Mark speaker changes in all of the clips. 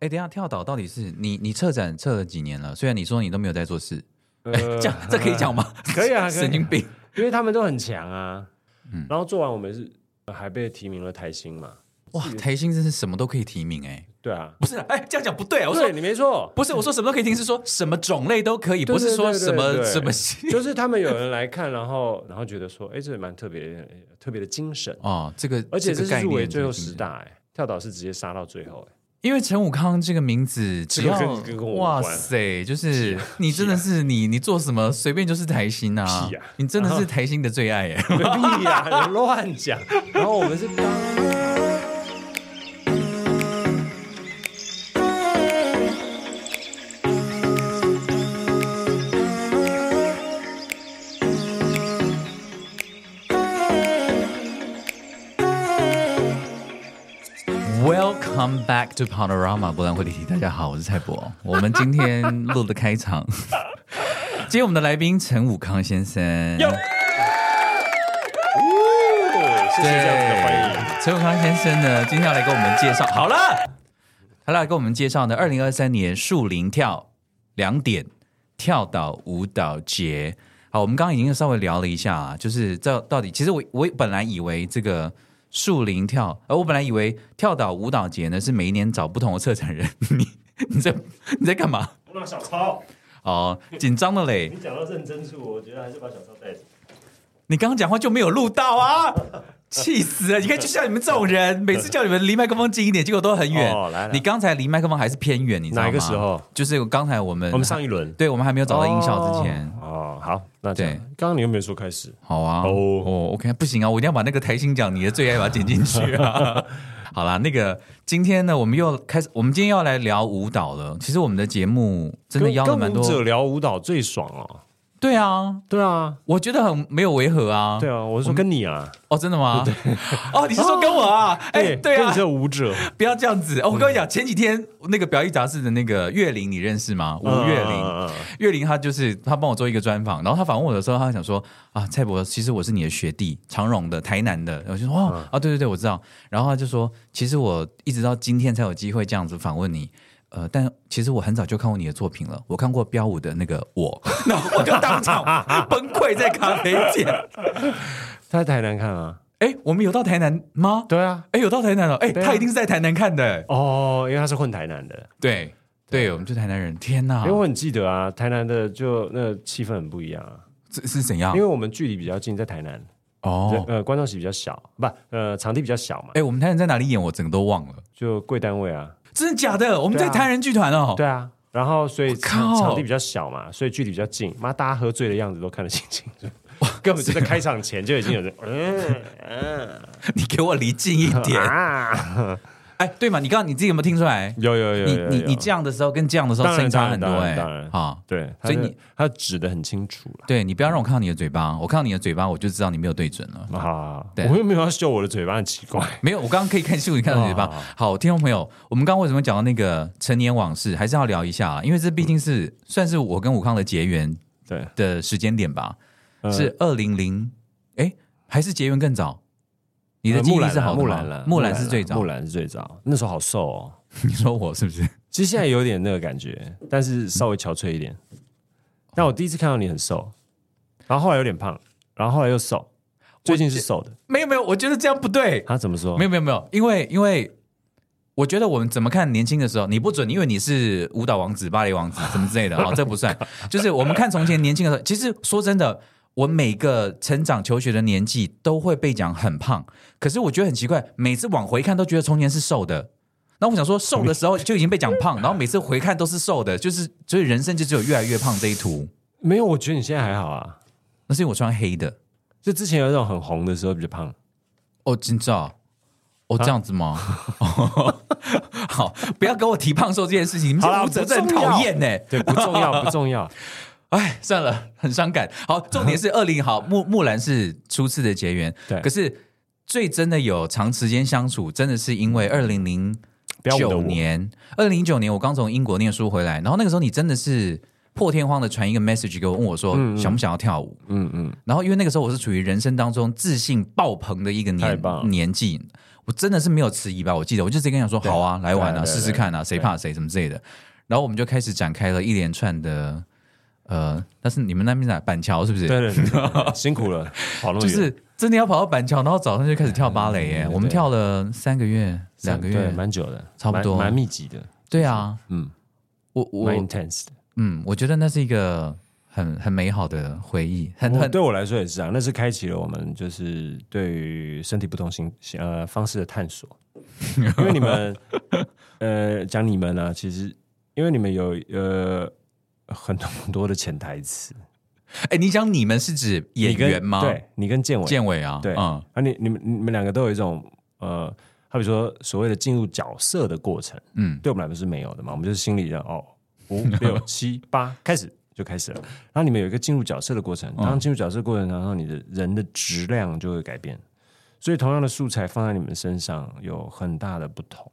Speaker 1: 哎，等一下跳岛到底是你你策展策了几年了？虽然你说你都没有在做事，
Speaker 2: 呃
Speaker 1: 这样这可以 讲？吗？
Speaker 2: 可以啊，可以
Speaker 1: 神经病。
Speaker 2: 因为他们都很强啊。然后做完我们是呃还被提名了台新嘛，
Speaker 1: 哇，台新真是什么都可以提名哎、
Speaker 2: 对啊，
Speaker 1: 不是啊，哎，这样讲不对啊，我
Speaker 2: 对
Speaker 1: 说
Speaker 2: 你没错，
Speaker 1: 不是，我说什么都可以提名，是说什么种类都可以，
Speaker 2: 对
Speaker 1: 不是说什么
Speaker 2: 对对对
Speaker 1: 什么
Speaker 2: 就是他们有人来看，然后然后觉得说，哎，这蛮特别的特别的精神，
Speaker 1: 哦，这个
Speaker 2: 而且这
Speaker 1: 个
Speaker 2: 是
Speaker 1: 概
Speaker 2: 入
Speaker 1: 念
Speaker 2: 围最
Speaker 1: 这
Speaker 2: 后
Speaker 1: 个
Speaker 2: 十
Speaker 1: 精神，
Speaker 2: 大，哎，跳岛是直接杀到最 后，哎，
Speaker 1: 因为陈武康这个名字，只
Speaker 2: 这个
Speaker 1: 要
Speaker 2: 跟跟我无
Speaker 1: 哇
Speaker 2: 关
Speaker 1: 塞，就是你真的是你你做什么随便就是台新啊
Speaker 2: 屁啊，
Speaker 1: 你真的是台新的最爱哎。
Speaker 2: 屁呀，乱讲。然后我们是哦
Speaker 1: ，Welcome back to Panorama 博览会立体，大家好，我是蔡博。我们今天录的开 场，今天我们的来宾陈武康先生。
Speaker 2: 哦，谢谢这样子的欢迎。
Speaker 1: 陈永康先生呢，今天要来给我们介绍。好了，他来给我们介绍呢，二零二三年树林跳两点跳岛舞蹈节。好，我们刚刚已经稍微聊了一下、啊，就是这到底，其实我我本来以为这个树林跳，呃，我本来以为跳岛舞蹈节呢是每一年找不同的策展人， 你你在你在干嘛？
Speaker 2: 我拿小抄，
Speaker 1: 哦，紧张了嘞！
Speaker 2: 你讲到认真处，我觉得还是把小抄带走。
Speaker 1: 你刚刚讲话就没有录到啊！气死了！你看，就像你们这种人，每次叫你们离麦克风近一点，结果都很远。
Speaker 2: 哦来来
Speaker 1: 你刚才离麦克风还是偏远，你知道吗？
Speaker 2: 哪一个时候？
Speaker 1: 就是刚才我们
Speaker 2: 我们上一轮
Speaker 1: 对我们还没有找到音效之前。
Speaker 2: 哦，好，那
Speaker 1: 对
Speaker 2: 对，刚刚你又没有说开始，
Speaker 1: 好啊，
Speaker 2: 哦
Speaker 1: 哦，OK，不行啊，我一定要把那个台新奖你的最爱把它剪进去 啊。好啦，那个今天呢，我们又开始，我们今天要来聊舞蹈了。其实我们的节目真的
Speaker 2: 跟
Speaker 1: 邀了
Speaker 2: 跟
Speaker 1: 蛮
Speaker 2: 舞者
Speaker 1: 多，
Speaker 2: 聊舞蹈最爽哦。
Speaker 1: 对啊，
Speaker 2: 对啊，
Speaker 1: 我觉得很没有违和啊。
Speaker 2: 对啊，我是说跟你啊，
Speaker 1: 哦，真的吗？ 哦，你是说跟我 啊？哎，对
Speaker 2: 跟嗯
Speaker 1: 啊
Speaker 2: 你，这舞者，
Speaker 1: 不要这样子！哦我跟你讲，前几天那个表艺杂志的那个岳玲，你认识吗？吴岳玲，
Speaker 2: 嗯，嗯嗯
Speaker 1: 岳玲她就是她帮我做一个专访，然后她访问我的时候，她想说啊，蔡博，其实我是你的学弟，长荣的，台南的。我就说哦、
Speaker 2: 嗯
Speaker 1: 啊，对对对，我知道。然后她就说，其实我一直到今天才有机会这样子访问你。呃，但其实我很早就看过你的作品了，我看过标舞的那个我， 然后我就当场崩溃在咖啡店。
Speaker 2: 他在台南看啊，
Speaker 1: 哎，我们有到台南吗？
Speaker 2: 对啊，
Speaker 1: 哎，有到台南了。哎，
Speaker 2: 对啊
Speaker 1: 他一定是在台南看的。
Speaker 2: 哦，因为他是混台南的，
Speaker 1: 对对，我们就台南人，天
Speaker 2: 因
Speaker 1: 哪
Speaker 2: 为，我很记得啊，台南的就那个气氛很不一样啊，
Speaker 1: 这是怎样
Speaker 2: 因？为我们距离比较近，在台南，
Speaker 1: 哦，
Speaker 2: 呃，观众席比较小，不，呃，场地比较小嘛，
Speaker 1: 哎，我们台南在哪里演？我整个都忘了，
Speaker 2: 就贵单位啊，
Speaker 1: 真的假的？我们
Speaker 2: 对
Speaker 1: 在
Speaker 2: 啊
Speaker 1: 台人剧团哦，
Speaker 2: 对啊，然后所以场
Speaker 1: 靠
Speaker 2: 场地比较小嘛，所以距离比较近。妈，大家喝醉的样子都看得清清 楚，根本就在开场前就已经有人， 嗯
Speaker 1: 你给我离近一
Speaker 2: 嗯
Speaker 1: 点。
Speaker 2: 啊，
Speaker 1: 哎，对嘛，你刚刚你自己有没有听出来？
Speaker 2: 有有有
Speaker 1: 你
Speaker 2: 有，
Speaker 1: 你
Speaker 2: 有
Speaker 1: 你这样的时候跟这样的时候
Speaker 2: 当然
Speaker 1: 声音差很多
Speaker 2: 当然
Speaker 1: 哎
Speaker 2: 当然，
Speaker 1: 好。
Speaker 2: 对，
Speaker 1: 所以
Speaker 2: 他
Speaker 1: 你
Speaker 2: 就他指的很清楚了。
Speaker 1: 对你不要让我看到你的嘴巴，我看到你的嘴巴，我就知道你没有对准了。
Speaker 2: 好好，好
Speaker 1: 啊对
Speaker 2: 啊我又没有要秀我的嘴巴，很奇怪。
Speaker 1: 没有，我刚刚可以看清楚你看到你的嘴巴
Speaker 2: 哦。
Speaker 1: 好，听众朋友，我们刚刚为什么讲到那个成年往事，还是要聊一下啊，因为这毕竟是算是我跟武康的结缘，
Speaker 2: 对，
Speaker 1: 的时间点吧，
Speaker 2: 呃
Speaker 1: 是二零零哎，还是结缘更早？你的
Speaker 2: 呃
Speaker 1: 记
Speaker 2: 木
Speaker 1: 忆
Speaker 2: 兰
Speaker 1: 是
Speaker 2: 啦
Speaker 1: 好的
Speaker 2: 木
Speaker 1: 吗
Speaker 2: 兰了，
Speaker 1: 木兰是最
Speaker 2: 木
Speaker 1: 早。
Speaker 2: 兰是最早，那时候好瘦哦。
Speaker 1: 你说我是不是？
Speaker 2: 其实现在有点那个感觉，但是稍微憔悴一点。但我第一次看到你很瘦，然后后来有点胖，然后后来又瘦，最近是瘦的。
Speaker 1: 没有没有，我觉得这样不对。
Speaker 2: 他怎么说？
Speaker 1: 没有没有没有，因为因为我觉得我们怎么看年轻的时候，你不准，因为你是舞蹈王子、芭蕾王子什么之类的，好，这不算。就是我们看从前年轻的时候，其实说真的，我每个成长求学的年纪都会被讲很胖，可是我觉得很奇怪，每次往回看都觉得从前是瘦的。那我想说，瘦的时候就已经被讲胖，然后每次回看都是瘦的，就是所以人生就只有越来越胖这一途。
Speaker 2: 没有，我觉得你现在还好啊。
Speaker 1: 那是因为我穿黑的，
Speaker 2: 就之前有那种很红的时候比较胖，
Speaker 1: 哦，真的哦，
Speaker 2: 啊
Speaker 1: 哦，这样子吗？ 好，不要跟我提胖瘦这件事情，你们
Speaker 2: 好
Speaker 1: 这
Speaker 2: 啦
Speaker 1: 舞者真的很
Speaker 2: 不重要
Speaker 1: 讨厌呢。
Speaker 2: 对，不重要，不 重要。
Speaker 1: 哎，算了，很伤感。好，重点 是二零好木木兰是初次的结缘，
Speaker 2: 对
Speaker 1: 可是最真的有长时间相处，真的是因为二零零
Speaker 2: 不要我的
Speaker 1: 九
Speaker 2: 我
Speaker 1: 年，二零零九年我刚从英国念书回来，然后那个时候你真的是破天荒的传一个 message 给我，问我说想不想要跳舞，
Speaker 2: 嗯嗯，
Speaker 1: 然后因为那个时候我是处于人生当中自信爆棚的一个
Speaker 2: 太
Speaker 1: 年
Speaker 2: 棒了
Speaker 1: 年纪，我真的是没有迟疑吧？我记得我就直接跟他说：“
Speaker 2: 对
Speaker 1: 好啊，来玩
Speaker 2: 对
Speaker 1: 啊，
Speaker 2: 对
Speaker 1: 试试看啊，谁怕谁什么之类的。”然后我们就开始展开了一连串的，呃，但是你们那边在板桥是不是？
Speaker 2: 对对对对 对，辛苦了，跑那么
Speaker 1: 就
Speaker 2: 远，
Speaker 1: 是真的要跑到板桥，然后早上就开始跳芭蕾
Speaker 2: 嗯
Speaker 1: 耶。
Speaker 2: 对
Speaker 1: 我们跳了三个月、
Speaker 2: 三
Speaker 1: 两个
Speaker 2: 对
Speaker 1: 月，
Speaker 2: 蛮久的，
Speaker 1: 差不多
Speaker 2: 蛮蛮密集的，
Speaker 1: 对啊，
Speaker 2: 嗯，
Speaker 1: 我我
Speaker 2: 蛮 intense 的。
Speaker 1: 嗯，我觉得那是一个很很美好的回忆，很
Speaker 2: 我
Speaker 1: 很
Speaker 2: 对我来说也是啊，那是开启了我们就是对于身体不同形呃方式的探 索。因为你们呃讲你们啊，其实因为你们有呃很多很多的潜台词。
Speaker 1: 哎、你讲你们是指演
Speaker 2: 你跟
Speaker 1: 员吗？，
Speaker 2: 对你跟建伟，
Speaker 1: 建伟啊，
Speaker 2: 对
Speaker 1: 嗯，
Speaker 2: 啊你你们你们两个都有一种呃，好比说所谓的进入角色的过程，
Speaker 1: 嗯，
Speaker 2: 对我们来说是没有的嘛，我们就是心里的哦， 五六七八开始就开始了。然后你们有一个进入角色的过程，
Speaker 1: 嗯
Speaker 2: 当进入角色的过程当中，你的人的质量就会改变。所以同样的素材放在你们身上有很大的不同，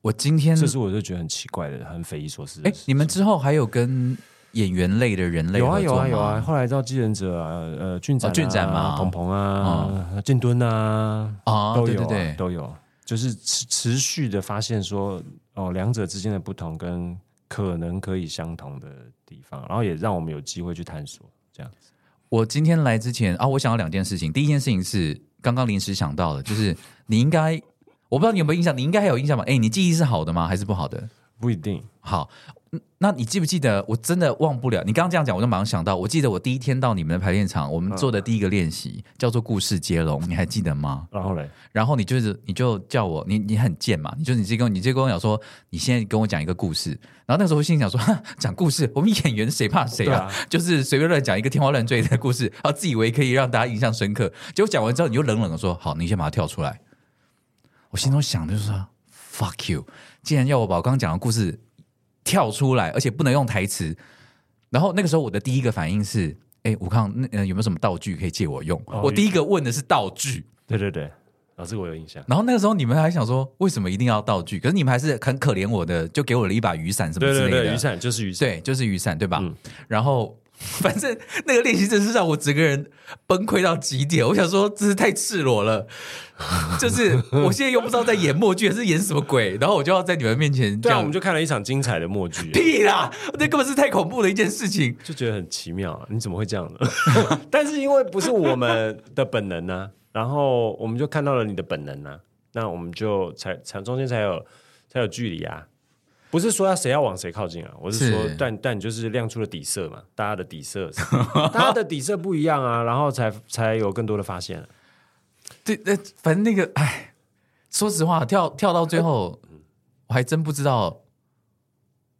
Speaker 1: 我今天
Speaker 2: 这是我就觉得很奇怪的，很匪夷所思的
Speaker 1: 哎、
Speaker 2: 事情。
Speaker 1: 你们之后还有跟演员类的人类
Speaker 2: 有啊
Speaker 1: 合
Speaker 2: 有
Speaker 1: 作
Speaker 2: 啊
Speaker 1: 吗
Speaker 2: 有啊，，后来到继任者啊，呃，俊展、啊、
Speaker 1: 哦俊展嘛
Speaker 2: 鹏鹏啊、建敦啊，
Speaker 1: 啊，
Speaker 2: 都
Speaker 1: 对
Speaker 2: 有、啊
Speaker 1: 对对，
Speaker 2: 都有，就是持持续的发现说，哦，两者之间的不同跟可能可以相同的地方，然后也让我们有机会去探索。这样子，
Speaker 1: 我今天来之前啊，我想要两件事情。第一件事情是刚刚临时想到的， 就是你应该，我不知道你有没有印象，你应该还有印象吧？哎、你记忆是好的吗？还是不好的？
Speaker 2: 不一定
Speaker 1: 好，嗯那你记不记得？我真的忘不了。你刚刚这样讲，我就马上想到，我记得我第一天到你们的排练场，我
Speaker 2: 嗯
Speaker 1: 们做的第一个练习、叫做故事接龙，你还记得吗？
Speaker 2: 然后嘞，
Speaker 1: 然后你就是你就叫我，你你很贱嘛，你就你直接跟我你直接跟我讲说，你现在跟我讲一个故事。然后那时候我心里想说， 哈讲故事，我们演员谁怕谁
Speaker 2: 对
Speaker 1: 啊？
Speaker 2: 啊
Speaker 1: 就是随便乱讲一个天花乱坠的故事，然后自以为可以让大家印象深刻。结果讲完之后，你就冷冷的说，好，你先把它跳出来。我心中想的就是说，fuck you，既然要我把我刚刚讲的故事跳出来，而且不能用台词。然后那个时候我的第一个反应是，哎，武康，那、呃、有没有什么道具可以借我用？
Speaker 2: 哦
Speaker 1: 我第一个问的是道具。
Speaker 2: 对对对，老师我有印象，
Speaker 1: 然后那个时候你们还想说，为什么一定要道具？可是你们还是很可怜我的，就给我了一把雨伞什么
Speaker 2: 对
Speaker 1: 之
Speaker 2: 对
Speaker 1: 类的。
Speaker 2: 对，雨伞就是雨伞，
Speaker 1: 对就是雨伞，对吧？
Speaker 2: 嗯
Speaker 1: 然后反正那个练习真是让我整个人崩溃到极点。我想说，真是太赤裸了，就是我现在又不知道在演默剧还是演什么鬼，然后我就要在你们面前这
Speaker 2: 对啊，
Speaker 1: 样，
Speaker 2: 我们就看了一场精彩的默 剧啊、
Speaker 1: 屁啦，那根本是太恐怖的一件事情。
Speaker 2: 就觉得很奇妙、啊，你怎么会这样呢？ 但是因为不是我们的本能呢、然后我们就看到了你的本能呢、啊那我们就才才中间才有才有距离啊，不是说要谁要往谁靠近啊，我是说
Speaker 1: 是
Speaker 2: 但但你就是亮出了底色嘛，大家的底色是， 大家的底色不一样啊，然后才才有更多的发现、啊。
Speaker 1: 对，那反正那个，哎，说实话，跳跳到最后，我还真不知道，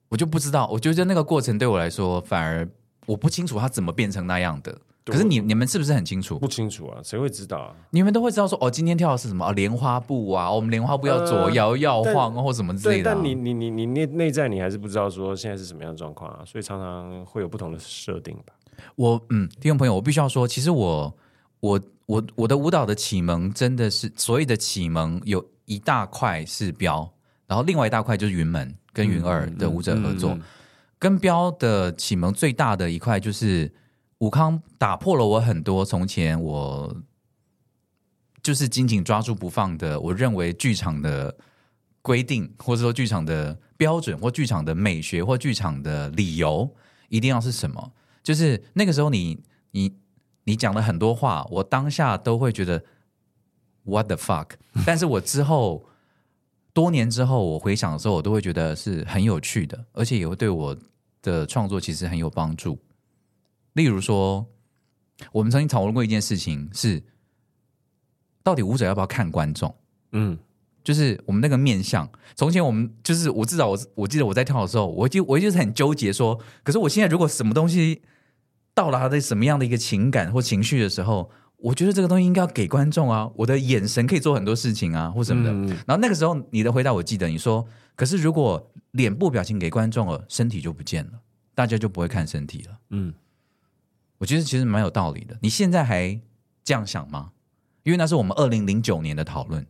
Speaker 1: 我就不知道，我觉得那个过程对我来说，反而我不清楚它怎么变成那样的。可是你你们是不是很清楚？
Speaker 2: 不清楚啊，谁会知 道啊？
Speaker 1: 你们都会知道说，哦，今天跳的是什么？哦，莲花步啊，哦我们莲花步要左摇要晃啊或什么之
Speaker 2: 对，
Speaker 1: 类的啊、
Speaker 2: 呃但你你你你内内在你还是不知道说现在是什么样的状况啊，所以常常会有不同的设定吧。
Speaker 1: 我嗯，听众朋友，我必须要说，其实我我我我的舞蹈的启蒙真的是所谓的启蒙有一大块是标，然后另外一大块就是云门跟云二的舞者合作，
Speaker 2: 嗯嗯嗯
Speaker 1: 跟标的启蒙最大的一块就是武康打破了我很多从前我就是紧紧抓住不放的，我认为剧场的规定，或者说剧场的标准，或剧场的美学，或剧场的理由，一定要是什么？就是那个时候你你你讲了很多话，我当下都会觉得 what the fuck，但是我之后。多年之后，我回想的时候，我都会觉得是很有趣的，而且也会对我的创作其实很有帮助。例如说，我们曾经讨论过一件事情是，到底舞者要不要看观众？
Speaker 2: 嗯，
Speaker 1: 就是我们那个面相，从前我们就是我至少我我记得我在跳的时候，我就我就是很纠结说，可是我现在如果什么东西到达的什么样的一个情感或情绪的时候，我觉得这个东西应该要给观众啊，我的眼神可以做很多事情啊，或什么的。
Speaker 2: 嗯
Speaker 1: 然后那个时候你的回答我记得，你说，可是如果脸部表情给观众了，身体就不见了，大家就不会看身体了。
Speaker 2: 嗯，
Speaker 1: 我觉得其实蛮有道理的。你现在还这样想吗？因为那是我们二零零九年的讨论，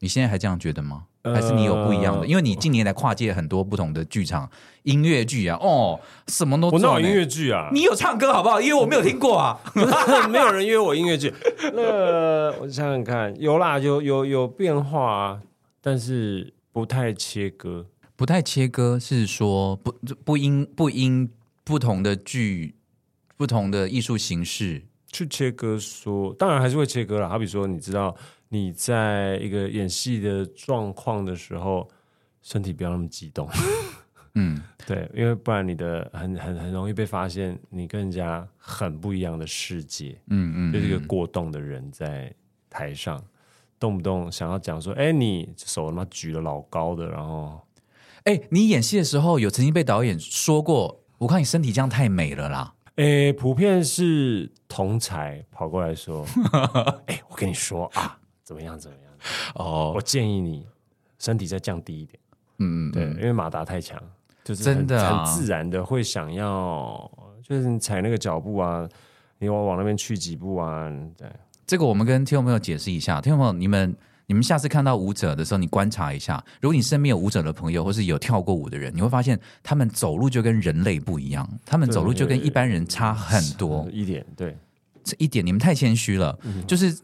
Speaker 1: 你现在还这样觉得吗？
Speaker 2: 呃
Speaker 1: 还是你有不一样的？因为你近年来跨界很多不同的剧场，音乐剧啊，哦，什么都
Speaker 2: 我哪
Speaker 1: 做
Speaker 2: 有
Speaker 1: 呢
Speaker 2: 音乐剧 啊？
Speaker 1: 你有唱歌好不好？因为我没有听过啊。
Speaker 2: 没有人约我音乐剧。 那我想想看，有啦，有有有变化啊，但是不太切割。
Speaker 1: 不太切割是说不不因不因不同的剧、不同的艺术形式，
Speaker 2: 去切割说，当然还是会切割啦。好比说，你知道你在一个演戏的状况的时候，身体不要那么激动，
Speaker 1: 嗯，
Speaker 2: 对，因为不然你的很很很容易被发现，你跟人家很不一样的世界。
Speaker 1: 嗯嗯，
Speaker 2: 就是一个过动的人在台上，动不动想要讲说：“哎、你手他妈举的老高的。”然后
Speaker 1: 哎、你演戏的时候有曾经被导演说过，我看你身体这样太美了啦。
Speaker 2: 诶，哎普遍是同才跑过 来说：“哎、我跟你说啊，怎么样怎么样？
Speaker 1: 哦，
Speaker 2: 我建议你身体再降低一点，
Speaker 1: 嗯，
Speaker 2: 对，因为马达太强，就是
Speaker 1: 真
Speaker 2: 很
Speaker 1: 的啊
Speaker 2: 很自然的会想要，就是你踩那个脚步啊，你往往那边去几步啊，对，
Speaker 1: 这个我们跟听众朋友解释一下，听众朋友你们。你们下次看到舞者的时候，你观察一下，如果你身边有舞者的朋友，或是有跳过舞的人，你会发现他们走路就跟人类不一样，他们走路就跟一般人嗯差很多。
Speaker 2: 一点对，
Speaker 1: 这一点你们太谦虚了，就是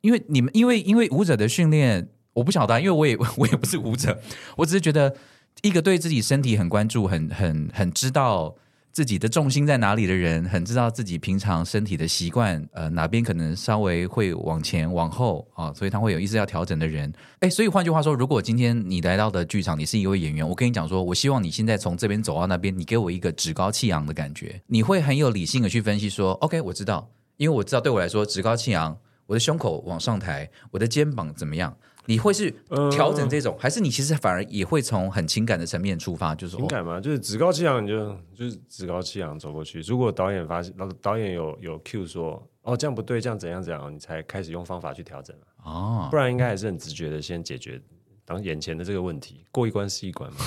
Speaker 1: 因为你们因为因为舞者的训练，我不晓得啊，因为我也我也不是舞者，我只是觉得一个对自己身体很关注、很很很知道自己的重心在哪里的人，很知道自己平常身体的习惯，呃，哪边可能稍微会往前往后啊、所以他会有意识要调整的人。哎，所以换句话说，如果今天你来到的剧场，你是一位演员，我跟你讲说，我希望你现在从这边走到那边，你给我一个趾高气扬的感觉，你会很有理性的去分析说，OK，我知道，因为我知道对我来说，趾高气扬，我的胸口往上抬，我的肩膀怎么样？你会是调整这种，还是你其实反而也会从很情感的层面出发，就是说
Speaker 2: 情感嘛，就是趾高气扬，你就就是趾高气扬走过去。如果导演发现，导导演有有 Q 说，哦这样不对，这样怎样怎样，你才开始用方法去调整嘛
Speaker 1: 哦，
Speaker 2: 不然应该还是很直觉的先解决当眼前的这个问题，过一关是一关嘛。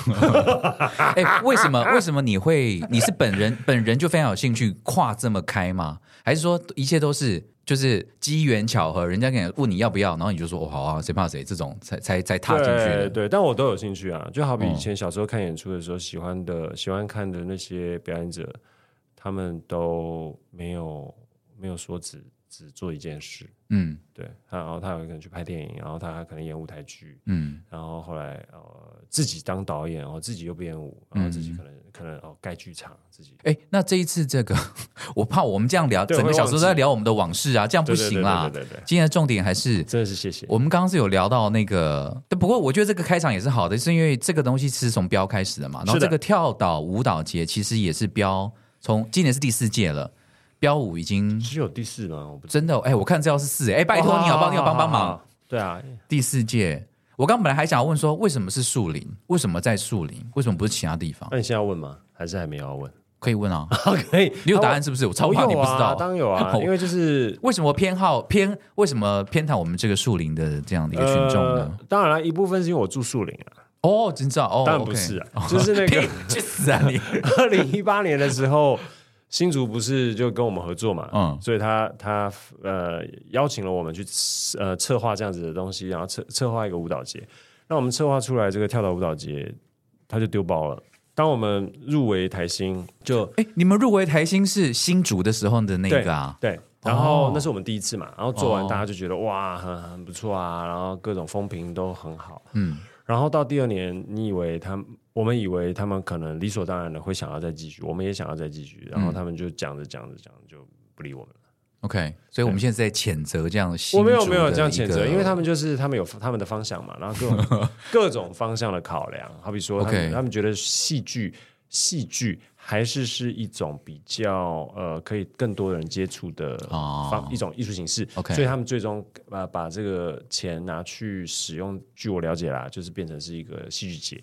Speaker 1: 哎、为什么为什么你会你是本人本人就非常有兴趣跨这么开吗？还是说一切都是就是机缘巧合，人家给你问你要不要，然后你就说哦好啊，谁怕谁这种才才才 踏进去
Speaker 2: 对
Speaker 1: 的？哦
Speaker 2: 对，但我都有兴趣啊。就好比以前小时候看演出的时候，喜欢的、喜欢看的那些表演者，他们都没有没有说只只做一件事。
Speaker 1: 嗯
Speaker 2: 对，他然后他有可能去拍电影，然后他可能演舞台剧，
Speaker 1: 嗯
Speaker 2: 然后后来呃自己当导演，然哦后自己又编舞，然后自
Speaker 1: 嗯
Speaker 2: 己可能、可能哦盖剧场，自己
Speaker 1: 哎、那这一次这个， 我怕我们这样聊，
Speaker 2: 对
Speaker 1: 整个
Speaker 2: 会
Speaker 1: 小
Speaker 2: 忘
Speaker 1: 时都
Speaker 2: 记
Speaker 1: 在聊我们的往事啊，这样不行啦。
Speaker 2: 对对对对对对
Speaker 1: 今天的重点还是
Speaker 2: 真的是谢谢。
Speaker 1: 我们刚刚是有聊到那个，但不过我觉得这个开场也是好的，是因为这个东西是从标开始的嘛。然后
Speaker 2: 是的
Speaker 1: 这个跳岛舞蹈节其实也是标，从今年是第四届了，标舞已经
Speaker 2: 只有第四吗？我不知
Speaker 1: 真的哎，我看这要是四哎，拜
Speaker 2: 道
Speaker 1: 托你好不好？你要帮帮
Speaker 2: 好好好
Speaker 1: 忙。
Speaker 2: 好对啊，
Speaker 1: 第四届，我刚本来还想要问说，为什么是树林？为什么在树林？为什么不是其他地方？
Speaker 2: 那你现在要问吗？还是还没有要问？
Speaker 1: 可以问啊，
Speaker 2: 可以，啊
Speaker 1: 你有答案是不是？我超
Speaker 2: 我
Speaker 1: 怕
Speaker 2: 有
Speaker 1: 你不知
Speaker 2: 啊，
Speaker 1: 道。哦，
Speaker 2: 当然有啊
Speaker 1: 我
Speaker 2: 因为就是
Speaker 1: 为什么偏好偏？为什么偏袒我们这个树林的这样的一个群众呢
Speaker 2: 呃？，当然了，一部分是因为我住树林啊，
Speaker 1: 哦，真知道哦，
Speaker 2: 当然不
Speaker 1: OK
Speaker 2: 是啊，就是那个
Speaker 1: 屁 去死啊你！
Speaker 2: 二零一八年的时候，新竹不是就跟我们合作嘛，
Speaker 1: 嗯
Speaker 2: 所以他他呃邀请了我们去呃策划这样子的东西，然后策策划一个舞蹈节。那我们策划出来这个跳岛舞蹈节，他就丢包了。当我们入围台新，就
Speaker 1: 哎，你们入围台新是新竹的时候的那个啊？
Speaker 2: 对，然后
Speaker 1: 哦
Speaker 2: 那是我们第一次嘛，然后做完
Speaker 1: 哦
Speaker 2: 大家就觉得哇很很不错啊，然后各种风评都很好。
Speaker 1: 嗯，
Speaker 2: 然后到第二年，你以为他们，我们以为他们可能理所当然的会想要再继续，我们也想要再继
Speaker 1: 嗯
Speaker 2: 续，然后他们就讲着讲着讲着就不理我们了。
Speaker 1: OK，所以我们现在在谴责这样的新
Speaker 2: 我没有
Speaker 1: 竹的
Speaker 2: 没有这样谴责，
Speaker 1: 一个
Speaker 2: 因为他们就是他们有他们的方向嘛，然后各种各种方向的考量，好比说他们
Speaker 1: OK
Speaker 2: 他们觉得戏剧戏剧还是是一种比较呃可以更多人接触的
Speaker 1: 哦
Speaker 2: 方、一种艺术形式
Speaker 1: OK
Speaker 2: 所以他们最终呃把这个钱拿去使用，据我了解啦，就是变成是一个戏剧节。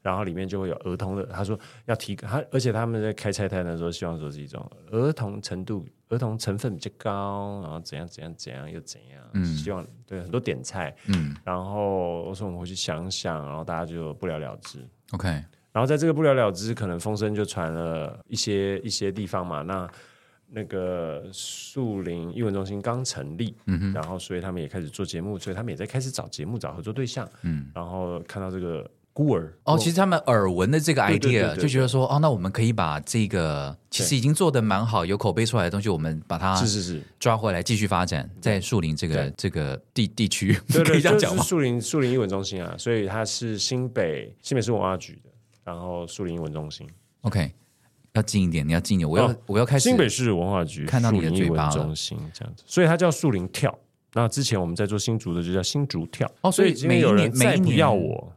Speaker 2: 然后里面就会有儿童的，他说要提他，而且他们在开菜单的时候，希望说是一种儿童程度、儿童成分比较高，然后怎样怎样怎样又怎样，希望对很多点菜，
Speaker 1: 嗯
Speaker 2: 然后我说我们回去想想，然后大家就不了了之。
Speaker 1: OK，
Speaker 2: 然后在这个不了了之，可能风声就传了一些一些地方嘛。那那个树林艺文中心刚成立，嗯、然后所以他们也开始做节目，所以他们也在开始找节目、找合作对象，嗯，然后看到这个孤儿
Speaker 1: 哦，其实他们耳闻的这个 idea
Speaker 2: 对对对对对
Speaker 1: 就觉得说，哦，那我们可以把这个其实已经做的蛮好、有口碑出来的东西，我们把它
Speaker 2: 是是是，
Speaker 1: 抓回来继续发展，在树林这个这个地地区，
Speaker 2: 对
Speaker 1: 可
Speaker 2: 对，
Speaker 1: 以这
Speaker 2: 就
Speaker 1: 样
Speaker 2: 是
Speaker 1: 讲吗？
Speaker 2: 树林树林艺文中心啊，所以它是新北新北市文化局的，然后树林艺文中心，
Speaker 1: OK，要近一点，你要近一点，我要、
Speaker 2: 哦
Speaker 1: 我要开始
Speaker 2: 新北市文化局
Speaker 1: 看到你的
Speaker 2: 树林艺
Speaker 1: 嘴巴
Speaker 2: 文
Speaker 1: 了
Speaker 2: 中心这样子，所以它叫树林跳。那之前我们在做新竹的就叫新竹跳，
Speaker 1: 哦所以
Speaker 2: 今
Speaker 1: 每
Speaker 2: 天
Speaker 1: 一
Speaker 2: 有人
Speaker 1: 年每
Speaker 2: 再
Speaker 1: 一
Speaker 2: 不
Speaker 1: 年哦
Speaker 2: 要我，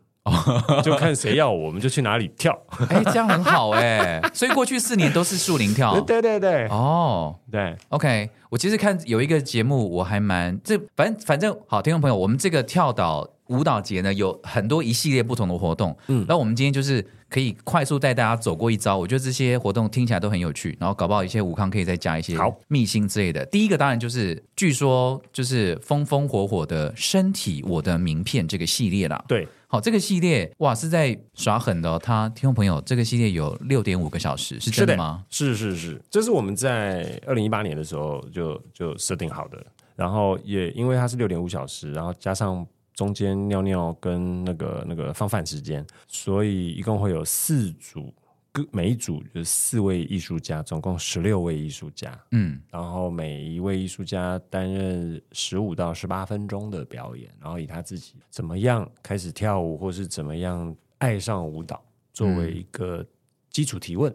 Speaker 2: 就看谁要我，我们就去哪里 跳。
Speaker 1: 哎，这样很好哎、所以过去四年都是树林跳
Speaker 2: 对对对
Speaker 1: 哦。
Speaker 2: 对，
Speaker 1: OK，我其实看有一个节目，我还蛮这反正反正好，听众朋友，我们这个跳岛舞蹈节呢有很多一系列不同的活动，嗯，那我们今天就是可以快速带大家走过一遭，我觉得这些活动听起来都很有趣，然后搞不好一些武康可以再加一些
Speaker 2: 好
Speaker 1: 秘辛之类的。第一个当然就是据说就是风风火火的身体我的名片这个系列啦，
Speaker 2: 对，
Speaker 1: 好，这个系列哇是在耍狠的、哦，他听众朋友这个系列有六点五个小时，是真的吗？？
Speaker 2: 是是是，这是我们在二零一八年的时候就就设定好的，然后也因为它是六点五小时，然后加上中间尿尿跟那个那个放饭时间，所以一共会有四组，各每一组就是四位艺术家，总共十六位艺术家，
Speaker 1: 嗯，
Speaker 2: 然后每一位艺术家担任十五到十八分钟的表演，然后以他自己怎么样开始跳舞，或是怎么样爱上舞蹈作
Speaker 1: 嗯
Speaker 2: 为一个基础提问。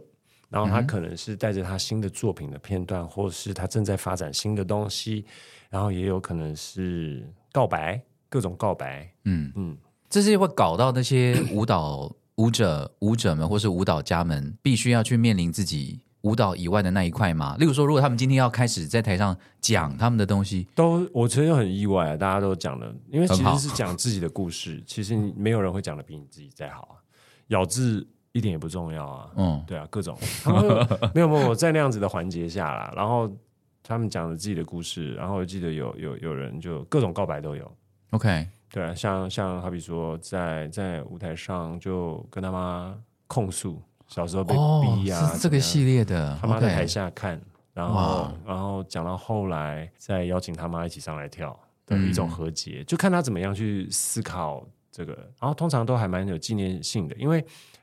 Speaker 2: 然后他可能是带着他新的作品的片段，或是他正在发展新的东西，然后也有可能是告白，各种告白。
Speaker 1: 嗯
Speaker 2: 嗯，
Speaker 1: 这是会搞到那些舞蹈舞者、舞者们或是舞蹈家们必须要去面临自己舞蹈以外的那一块吗？例如说，如果他们今天要开始在台上讲他们的东西，
Speaker 2: 都我其实很意外、啊，大家都讲了，因为其
Speaker 1: 很好嗯
Speaker 2: 实是讲自己的故事，其实你没有人会讲的比你自己再好啊，咬字一点也不重要啊。
Speaker 1: 嗯，
Speaker 2: 对啊，各 种他们会有没有没有在那样子的环节下啦，然后他们讲了自己的故事，然后我记得有有有人就各种告白都有，
Speaker 1: OK，
Speaker 2: 对啊，像像好比说在在舞台上就跟他妈控诉小时候被
Speaker 1: 哦，
Speaker 2: 逼啊，
Speaker 1: 是这
Speaker 2: 怎么
Speaker 1: 个
Speaker 2: 样
Speaker 1: 系列的
Speaker 2: 他妈在台
Speaker 1: ，OK，
Speaker 2: 下看，然
Speaker 1: 哇
Speaker 2: 后然后讲到后来再邀请他妈一起上来跳的一种
Speaker 1: 嗯
Speaker 2: 和解，就看他怎么样去思考这个，然后通常都还蛮有纪念性的，因为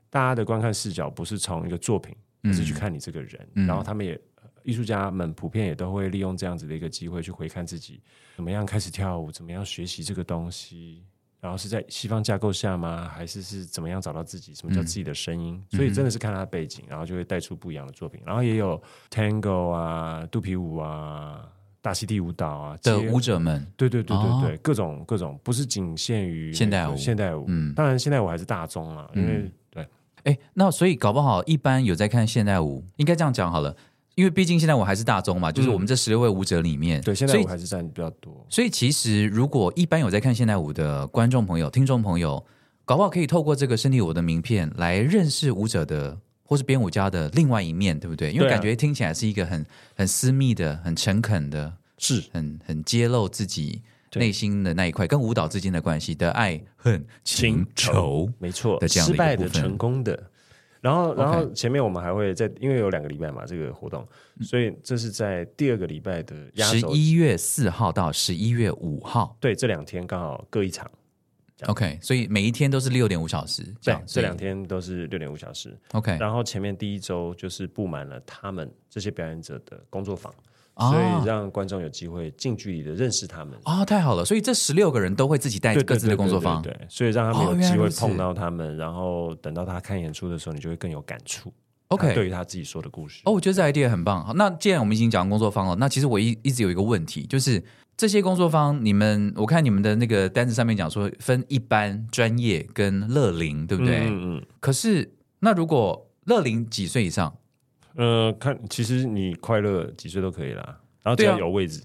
Speaker 2: 大家的观看视角不是从一个作品，而是去看你这个人，
Speaker 1: 嗯
Speaker 2: 然后他们也。呃艺术家们普遍也都会利用这样子的一个机会去回看自己怎么样开始跳舞，怎么样学习这个东西，然后是在西方架构下吗？还是是怎么样找到自己？什
Speaker 1: 嗯
Speaker 2: 么叫自己的声音？所以真的是看他的背景，然后就会带出不一样的作品。然后也有 Tango 啊、肚皮舞啊、大溪地舞蹈啊
Speaker 1: 的
Speaker 2: 街
Speaker 1: 舞者们，
Speaker 2: 对对对对对，各种各种，不是仅限于
Speaker 1: 现代舞
Speaker 2: 现代舞，
Speaker 1: 嗯，
Speaker 2: 当然现代舞还是大宗啊，因为对
Speaker 1: 哎，那所以搞不好一般有在看现代舞，应该这样讲好了，因为毕竟现代舞还是大宗嘛，就是我们这十六位舞者里面，
Speaker 2: 嗯对，现代
Speaker 1: 所以
Speaker 2: 舞还是占比较多。
Speaker 1: 所以其实，如果一般有在看现代舞的观众朋友、听众朋友，搞不好可以透过这个身体舞的名片来认识舞者的或是编舞家的另外一面，对不对？因为
Speaker 2: 对啊
Speaker 1: 感觉听起来是一个很很私密的、很诚恳的、
Speaker 2: 是
Speaker 1: 很很揭露自己
Speaker 2: 对
Speaker 1: 内心的那一块跟舞蹈之间的关系的爱恨情仇。
Speaker 2: 没错
Speaker 1: 的，这样的
Speaker 2: 失
Speaker 1: 一个
Speaker 2: 败
Speaker 1: 部
Speaker 2: 的、
Speaker 1: 分
Speaker 2: 成功的。然后，
Speaker 1: OK
Speaker 2: 然后前面我们还会在，因为有两个礼拜嘛，这个活动，所以这是在第二个礼拜的压
Speaker 1: 嗯十
Speaker 2: 轴。
Speaker 1: 一月四号到十一月五号
Speaker 2: 对，这两天刚好各一场，这样
Speaker 1: ，OK，所以每一天都是六点五小时，这
Speaker 2: 对
Speaker 1: 样，
Speaker 2: 这两
Speaker 1: 所
Speaker 2: 天都是六点五小时。
Speaker 1: 以 OK，
Speaker 2: 然后前面第一周就是布满了他们这些表演者的工作坊，
Speaker 1: 啊
Speaker 2: 所以让观众有机会近距离的认识他们。
Speaker 1: 哦，太好了！所以这十六个人都会自己带
Speaker 2: 对
Speaker 1: 哎各自的工作坊，
Speaker 2: 对对对对所以让他
Speaker 1: 哦
Speaker 2: 们有
Speaker 1: 原来
Speaker 2: 机会
Speaker 1: 如此
Speaker 2: 碰到他们，然后等到他看演出的时候，你就会更有感触。他
Speaker 1: OK，
Speaker 2: 啊对于他自己说的故事，
Speaker 1: 哦，我觉得这 idea 很棒。好，那既然我们已经讲工作方了，那其实我一一直有一个问题，就是这些工作方，你们我看你们的那个单子上面讲说分一般、专业跟乐龄，对不对？
Speaker 2: 嗯嗯嗯
Speaker 1: 可是那如果乐龄几岁以上？
Speaker 2: 呃，看，其实你快乐几岁都可以啦，然后只
Speaker 1: 对啊
Speaker 2: 要有位置，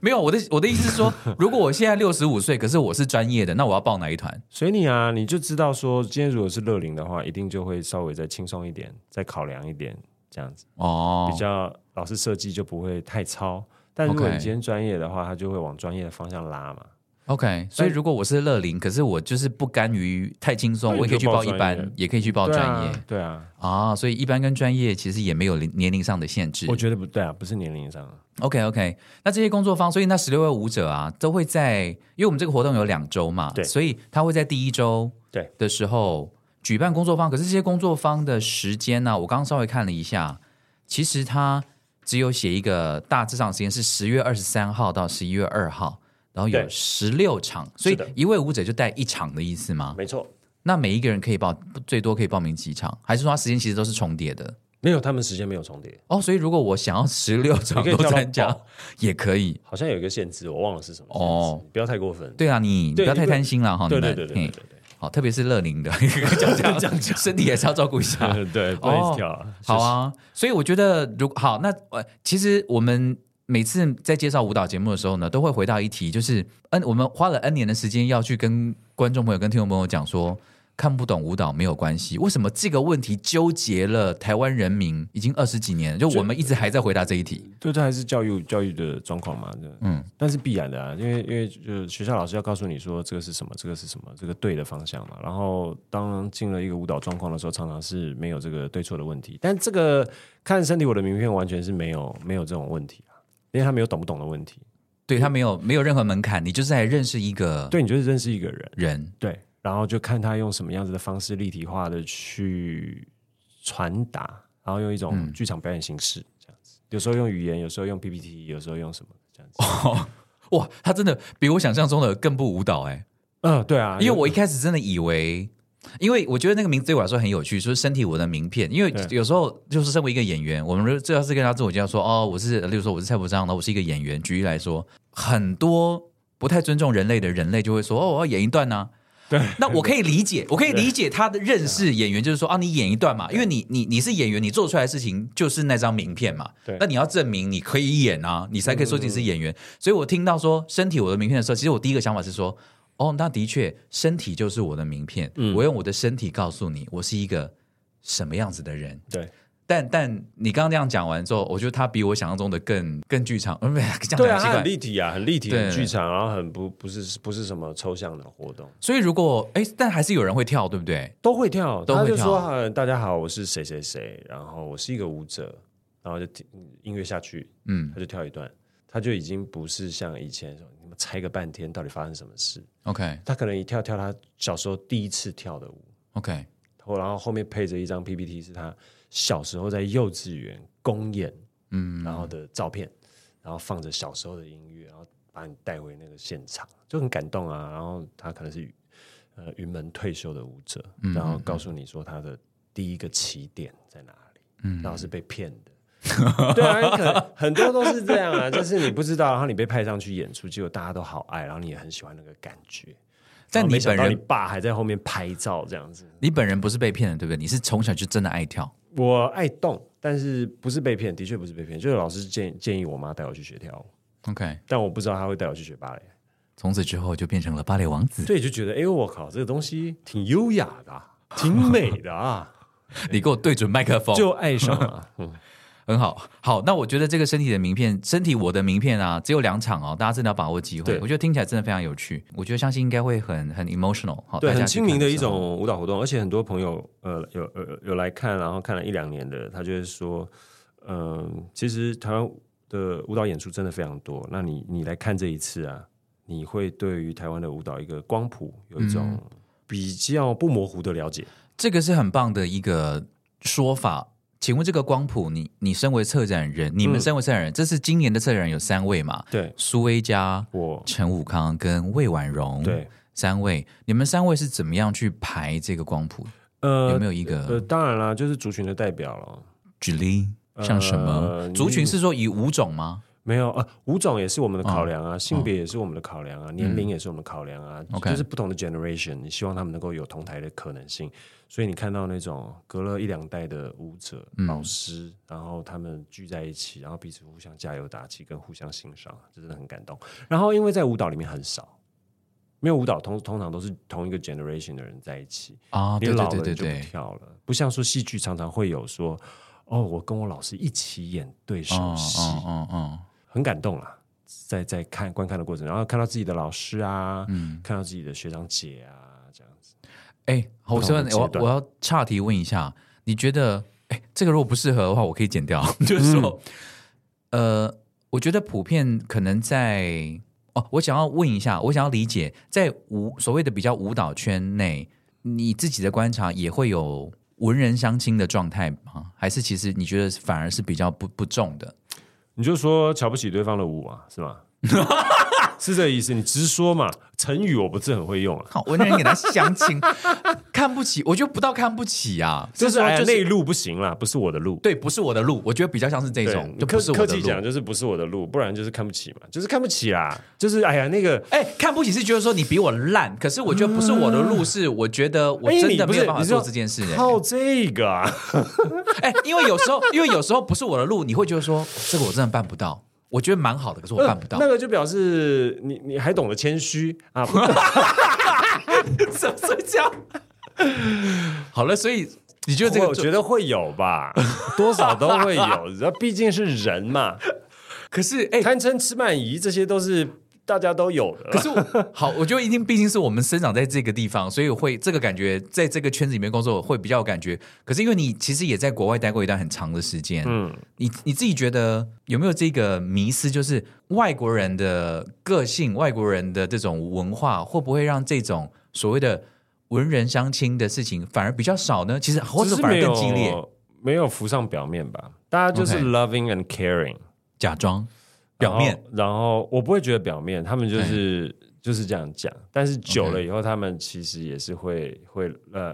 Speaker 1: 没有，我的我的意思是说，如果我现在六十五岁，可是我是专业的，那我要报哪一团？
Speaker 2: 随你啊，你就知道说，今天如果是乐龄的话，一定就会稍微再轻松一点，再考量一点，这样子
Speaker 1: 哦
Speaker 2: 比，较老师设计就不会太糙。但如果
Speaker 1: OK
Speaker 2: 你今天专业的话，他就会往专业的方向拉嘛。
Speaker 1: OK，所以
Speaker 2: 哎
Speaker 1: 如果我是乐龄，可是我就是不甘于太轻松，
Speaker 2: 那
Speaker 1: 我
Speaker 2: 你
Speaker 1: 也可以去
Speaker 2: 就报
Speaker 1: 报一
Speaker 2: 专业
Speaker 1: 般，也可以去报
Speaker 2: 对
Speaker 1: 哦专业
Speaker 2: 啊，对啊，
Speaker 1: 啊。所以一般跟专业其实也没有年年龄上的限制
Speaker 2: 我。觉得不对啊，不是年龄上啊，
Speaker 1: OK OK，那这些工作坊，所以那十六位舞者啊，都会在，因为我们这个活动有两周嘛，
Speaker 2: 对
Speaker 1: 所以他会在第一周
Speaker 2: 对
Speaker 1: 的时候举办工作坊。可是这些工作坊的时间呢、我刚刚稍微看了一下，其实他只有写一个大致上的时间是十月二十三号到十一月二号，然后有
Speaker 2: 对
Speaker 1: 十六场，所
Speaker 2: 是
Speaker 1: 以
Speaker 2: 的
Speaker 1: 一位舞者就带一场的意思吗？
Speaker 2: 没错。
Speaker 1: 那每一个人可以报最多可以报名几场，还是说他时间其实都是重叠的？
Speaker 2: 没有，他们时间没有重叠，
Speaker 1: 哦，所以如果我想要十六场
Speaker 2: 你可以
Speaker 1: 都
Speaker 2: 叫到
Speaker 1: 参加
Speaker 2: 爆，
Speaker 1: 也可以。
Speaker 2: 好像有一个限制，我忘了是什么限制
Speaker 1: 哦
Speaker 2: 不要太过分。
Speaker 1: 对啊，你不
Speaker 2: 对
Speaker 1: 要太
Speaker 2: 你不
Speaker 1: 贪心了哈，
Speaker 2: 对
Speaker 1: 你
Speaker 2: 对
Speaker 1: 们
Speaker 2: 对对对
Speaker 1: 嘿
Speaker 2: 对
Speaker 1: 好，特别是乐龄的， 讲讲 讲讲，身体也是要照顾一下。
Speaker 2: 对对，不能一直跳啊。
Speaker 1: 好啊，所以我觉得如好，那呃，其实我们每次在介绍舞蹈节目的时候呢，都会回到一题，就是 N 我们花了 N 年的时间要去跟观众朋友、跟听众朋友讲说。看不懂舞蹈没有关系，为什么这个问题纠结了台湾人民已经二十几年？就我们一直还在回答这一题。
Speaker 2: 对，这还是教育教育的状况嘛，对，嗯，但是必然的啊，因为因为就是学校老师要告诉你说这个是什么，这个是什么，这个对的方向嘛。然后当进了一个舞蹈状况的时候，常常是没有这个对错的问题。但这个看身体我的名片完全是没有没有这种问题啊，因为他没有懂不懂的问题。
Speaker 1: 对他没有没有任何门槛，你就是来认识一个
Speaker 2: 对，你就是认识一个人，
Speaker 1: 人。
Speaker 2: 对，然后就看他用什么样子的方式立体化的去传达，然后用一种剧场表演形式、这样子，有时候用语言，有时候用 PPT，有时候用什么这样子。
Speaker 1: 哇，他真的比我想象中的更不舞蹈哎、
Speaker 2: 嗯，对啊，
Speaker 1: 因为我一开始真的以为，因为我觉得那个名字对我来说很有趣，说身体我的名片。因为
Speaker 2: 对
Speaker 1: 有时候就是身为一个演员，我们这要是跟他自我介绍说，哦，我是，例如说我是蔡伯章，然后我是一个演员。举例来说，很多不太尊重人类的人类就会说，哦，我要演一段呢、
Speaker 2: 对，
Speaker 1: 那我可以理解，我可以理解他的认识演员，就是说啊，你演一段嘛，因为你你你是演员，你做出来的事情就是那张名片嘛。
Speaker 2: 对嗯
Speaker 1: 那你要证明你可以演啊，你才可以说自己是演员。所以我听到说身体我的名片的时候，其实我第一个想法是说，哦，那的确身体就是我的名片，
Speaker 2: 嗯
Speaker 1: 我用我的身体告诉你，我是一个什么样子的人。
Speaker 2: 对
Speaker 1: 但但你刚刚这样讲完之后，我觉得他比我想象中的更更剧场，嗯，不是这样
Speaker 2: 对
Speaker 1: 讲
Speaker 2: 啊，
Speaker 1: 很奇
Speaker 2: 它
Speaker 1: 怪
Speaker 2: 很。立体啊，很立体，
Speaker 1: 对
Speaker 2: 很剧场，然后很不不是不是什么抽象的活动，
Speaker 1: 所以如果哎，但还是有人会跳，对不对？
Speaker 2: 都会跳，
Speaker 1: 都会
Speaker 2: 他就
Speaker 1: 跳
Speaker 2: 说呃大家好，我是谁谁谁，然后我是一个舞者，然后就听音乐下去，
Speaker 1: 嗯
Speaker 2: 他就跳一段，他就已经不是像以前说你们猜个半天到底发生什么事，
Speaker 1: ，OK
Speaker 2: 他可能一跳跳他小时候第一次跳的舞，
Speaker 1: OK，
Speaker 2: 后然后后面配着一张 PPT 是他小时候在幼稚园公演，嗯，然后的照片，然后放着小时候的音乐，然后把你带回那个现场，就很感动啊。然后他可能是呃云门退休的舞者，
Speaker 1: 嗯
Speaker 2: 然后告诉你说他的第一个起点在哪里，嗯，然后是被骗的。对啊，你可能很多都是这样啊，就是你不知道，然后你被派上去演出，结果大家都好爱，然后你也很喜欢那个感觉。
Speaker 1: 但
Speaker 2: 然后
Speaker 1: 你
Speaker 2: 哦没想
Speaker 1: 本
Speaker 2: 到
Speaker 1: 人
Speaker 2: 你爸还在后面拍照这样子，
Speaker 1: 你本人不是被骗的，对不对？你是从小就真的爱跳。
Speaker 2: 我爱动，但是不是被骗，的确不是被骗，就是老师建建议我妈带我去学跳舞，
Speaker 1: OK，
Speaker 2: 但我不知道她会带我去学芭蕾，
Speaker 1: 从此之后就变成了芭蕾王子。
Speaker 2: 所以就觉得，哎、我靠，这个东西挺优雅 的啊、挺美的啊，
Speaker 1: 你给我对准麦克风，
Speaker 2: 就爱上了。
Speaker 1: 哦
Speaker 2: 嗯
Speaker 1: 很好。好，那我觉得这个身体的名片，身体我的名片啊，只有两场哦，大家真的要把握机会。
Speaker 2: 对
Speaker 1: 我觉得听起来真的非常有趣，我觉得相信应该会很很 emotional。好，
Speaker 2: 对，
Speaker 1: 大家
Speaker 2: 很
Speaker 1: 去
Speaker 2: 亲
Speaker 1: 看
Speaker 2: 民的
Speaker 1: 时
Speaker 2: 一
Speaker 1: 候。
Speaker 2: 种舞蹈活动，而且很多朋友呃有呃有来看，然后看了一两年的，他就会说，嗯、其实台湾的舞蹈演出真的非常多。那你你来看这一次啊，你会对于台湾的舞蹈一个光谱有一种
Speaker 1: 嗯
Speaker 2: 比较不模糊的了解。
Speaker 1: 这个是很棒的一个说法。请问这个光谱，你你身为策展人，你们
Speaker 2: 嗯
Speaker 1: 身为策展人，这是今年的策展人有三位嘛？
Speaker 2: 对
Speaker 1: 苏威佳、
Speaker 2: 我，
Speaker 1: 陈武康跟魏婉容，
Speaker 2: 对，
Speaker 1: 三位，你们三位是怎么样去排这个光谱？有
Speaker 2: 呃
Speaker 1: 没有一个
Speaker 2: 呃，当然啦，就是族群的代表了。
Speaker 1: 举例？像什么
Speaker 2: 呃
Speaker 1: 族群是说以五种吗？
Speaker 2: 没有啊，舞种也是我们的
Speaker 1: 哦
Speaker 2: 考量啊，性别也是我们的考量啊，年龄也是我们的考量啊，
Speaker 1: 嗯 OK
Speaker 2: 就是不同的 generation，你希望他们能够有同台的可能性。所以你看到那种隔了一两代的舞者、
Speaker 1: 嗯
Speaker 2: 老师，然后他们聚在一起，然后彼此互相加油打气，跟互相欣赏，这真的很感动。然后因为在舞蹈里面很少，没有舞蹈通通常都是同一个 generation 的人在一起，
Speaker 1: 啊，
Speaker 2: 你
Speaker 1: 对对
Speaker 2: 老
Speaker 1: 对
Speaker 2: 了
Speaker 1: 对
Speaker 2: 你就不
Speaker 1: 对，
Speaker 2: 跳了，不像说戏剧常常会有说，哦，我跟我老师一起演对手
Speaker 1: 哦
Speaker 2: 戏，
Speaker 1: 哦哦哦，
Speaker 2: 很感动啦。啊在在看观看的过程，然后看到自己的老师啊，
Speaker 1: 嗯，
Speaker 2: 看到自己的学长姐啊，这样子。
Speaker 1: 哎，好我
Speaker 2: 不同的
Speaker 1: 问，我
Speaker 2: 阶段
Speaker 1: 我要岔题问一下，你觉得，哎，这个如果不适合的话，我可以剪掉。
Speaker 2: 嗯
Speaker 1: 就是说，呃，我觉得普遍可能在哦，我想要问一下，我想要理解，在舞所谓的比较舞蹈圈内，你自己的观察也会有文人相亲的状态吗？还是其实你觉得反而是比较不不重的？
Speaker 2: 你就说瞧不起对方的舞啊，是吗？是这个意思，你直说嘛。成语我不是很会用啊，
Speaker 1: 好，文人给他相亲， 看不起，我觉得不到看不起啊，
Speaker 2: 就是
Speaker 1: 说
Speaker 2: 哎呀
Speaker 1: 就
Speaker 2: 内
Speaker 1: 是
Speaker 2: 路不行啦，不是我的路。
Speaker 1: 对，不是我的路，我觉得比较像是这种，就
Speaker 2: 客
Speaker 1: 不是
Speaker 2: 客
Speaker 1: 我的
Speaker 2: 气
Speaker 1: 路。
Speaker 2: 讲就是不是我的路，不然就是看不起嘛，就是看不起啦，就是哎呀那个
Speaker 1: 哎、看不起是觉得说你比我烂，可是我觉得不是我的路，是我觉得
Speaker 2: 哎
Speaker 1: 我真的没有办法做这件事、哎
Speaker 2: 靠这个啊，
Speaker 1: 哎、因为有时候，因为有时候不是我的路，你会觉得说这个我真的办不到。我觉得蛮好的，可是我办不到
Speaker 2: 那。个就表示你你还懂得谦虚啊，不
Speaker 1: 怎么是这样？ 好了，所以你觉得这
Speaker 2: 会
Speaker 1: 个
Speaker 2: 我
Speaker 1: 就
Speaker 2: 觉得会有 吧，多少都会有，然后毕竟是人嘛，
Speaker 1: 可是哎、
Speaker 2: 贪嗔痴慢疑这些都是大家都有的。
Speaker 1: 可是我好，我觉得一定毕竟是我们生长在这个地方，所以我会这个感觉，在这个圈子里面工作会比较有感觉。可是因为你其实也在国外待过一段很长的时间，
Speaker 2: 嗯，
Speaker 1: 你你自己觉得有没有这个迷思，就是外国人的个性、外国人的这种文化，会不会让这种所谓的文人相亲的事情反而比较少呢？其实或者
Speaker 2: 只是
Speaker 1: 反而
Speaker 2: 没
Speaker 1: 更
Speaker 2: 有
Speaker 1: 激烈，
Speaker 2: 没有浮上表面吧，大家就是
Speaker 1: OK
Speaker 2: loving and caring，
Speaker 1: 假装表面
Speaker 2: 然后。然后我不会觉得表面，他们就是就是这样讲，但是久了以后，他们其实也是会会呃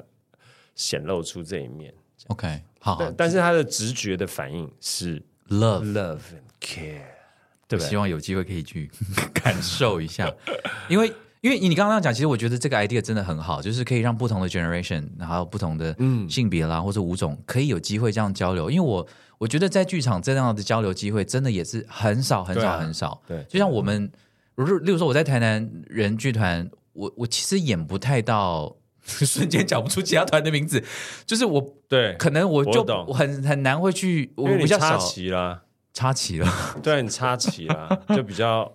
Speaker 2: 显露出这一面。
Speaker 1: OK，好好
Speaker 2: 但但是他的直觉的反应是
Speaker 1: love。
Speaker 2: love and care，
Speaker 1: 我
Speaker 2: 对不
Speaker 1: 希
Speaker 2: 对？
Speaker 1: 望有机会可以去 感受一下，因为因为你刚刚那样讲，其实我觉得这个 idea 真的很好，就是可以让不同的 generation，然后不同的
Speaker 2: 嗯
Speaker 1: 性别啦、或者舞种，可以有机会这样交流。因为我我觉得在剧场这样的交流机会，真的也是很少很
Speaker 2: 对
Speaker 1: 少
Speaker 2: 啊
Speaker 1: 很少。
Speaker 2: 对
Speaker 1: 就像我们，如例如说我在台南人剧团，我我其实演不太到。 瞬间讲不出其他团的名字，就是我
Speaker 2: 对，
Speaker 1: 可能我就
Speaker 2: 我懂
Speaker 1: 很很难会去，我
Speaker 2: 因为
Speaker 1: 比
Speaker 2: 你
Speaker 1: 较少
Speaker 2: 插旗啦，
Speaker 1: 插旗了。
Speaker 2: 对你插旗啦，就比较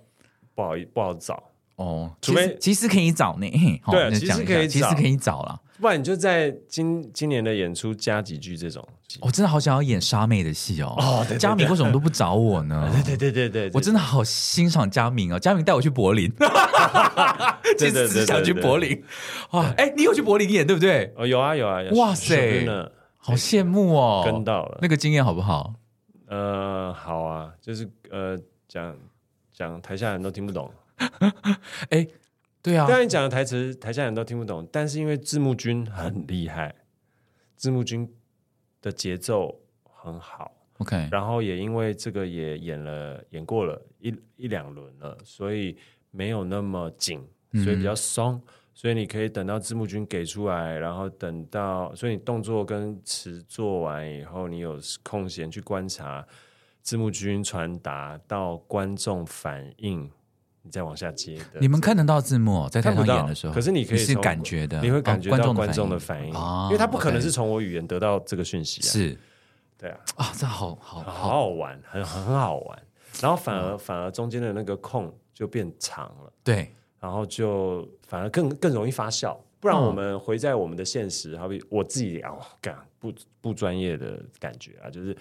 Speaker 2: 不好意不好找。
Speaker 1: 哦，
Speaker 2: 除非
Speaker 1: 其实其实可以找呢，嘿 好
Speaker 2: 对
Speaker 1: 那
Speaker 2: 其实
Speaker 1: 讲一下
Speaker 2: 可以
Speaker 1: 其实
Speaker 2: 找
Speaker 1: 可以找啦。
Speaker 2: 不然你就在今今年的演出加几句这种。
Speaker 1: 我真的好想要演沙妹的戏哦。
Speaker 2: 哦对对
Speaker 1: 佳明为什么都不找我呢？
Speaker 2: 哦对对对对，
Speaker 1: 我真的好欣赏佳明哦，佳明带我去柏林，其
Speaker 2: 对对
Speaker 1: 实只是想去
Speaker 2: 对对
Speaker 1: 柏林。哇，哎，你有去柏林演对不对？
Speaker 2: 哦有啊有啊，有
Speaker 1: 哇塞
Speaker 2: 真的
Speaker 1: 好羡慕哦，
Speaker 2: 跟到了。
Speaker 1: 那个经验好不好？
Speaker 2: 呃，好啊，就是呃讲讲台下人都听不懂，
Speaker 1: 哎，对啊
Speaker 2: 虽，然你讲的台词台下人都听不懂，但是因为字幕君很厉害，字幕君的节奏很好。
Speaker 1: ，OK，
Speaker 2: 然后也因为这个也演了演过了一一两轮了，所以没有那么紧，所以
Speaker 1: 嗯
Speaker 2: 比较松。所以你可以等到字幕君给出来，然后等到，所以你动作跟词做完以后，你有空闲去观察字幕君传达到观众反应，你再往下接的。
Speaker 1: 你们看得到字幕哦在台
Speaker 2: 看不
Speaker 1: 上
Speaker 2: 到
Speaker 1: 演的时候，
Speaker 2: 可是你可以
Speaker 1: 是
Speaker 2: 从
Speaker 1: 感觉的，
Speaker 2: 你会
Speaker 1: 哦
Speaker 2: 感觉到观众的
Speaker 1: 反
Speaker 2: 反应，
Speaker 1: 哦
Speaker 2: 因为他不可能
Speaker 1: OK
Speaker 2: 是从我语言得到这个讯息、啊。
Speaker 1: 应，是
Speaker 2: 对啊，
Speaker 1: 啊，这好好好，
Speaker 2: 好
Speaker 1: 嗯
Speaker 2: 好玩，很很好玩。然后反而、反而中间的那个空就变长了，
Speaker 1: 对，
Speaker 2: 然后就反而更更容易发酵。不然
Speaker 1: 嗯
Speaker 2: 我们回在我们的现实，好比我自己啊，哇干不不专业的感觉啊，就是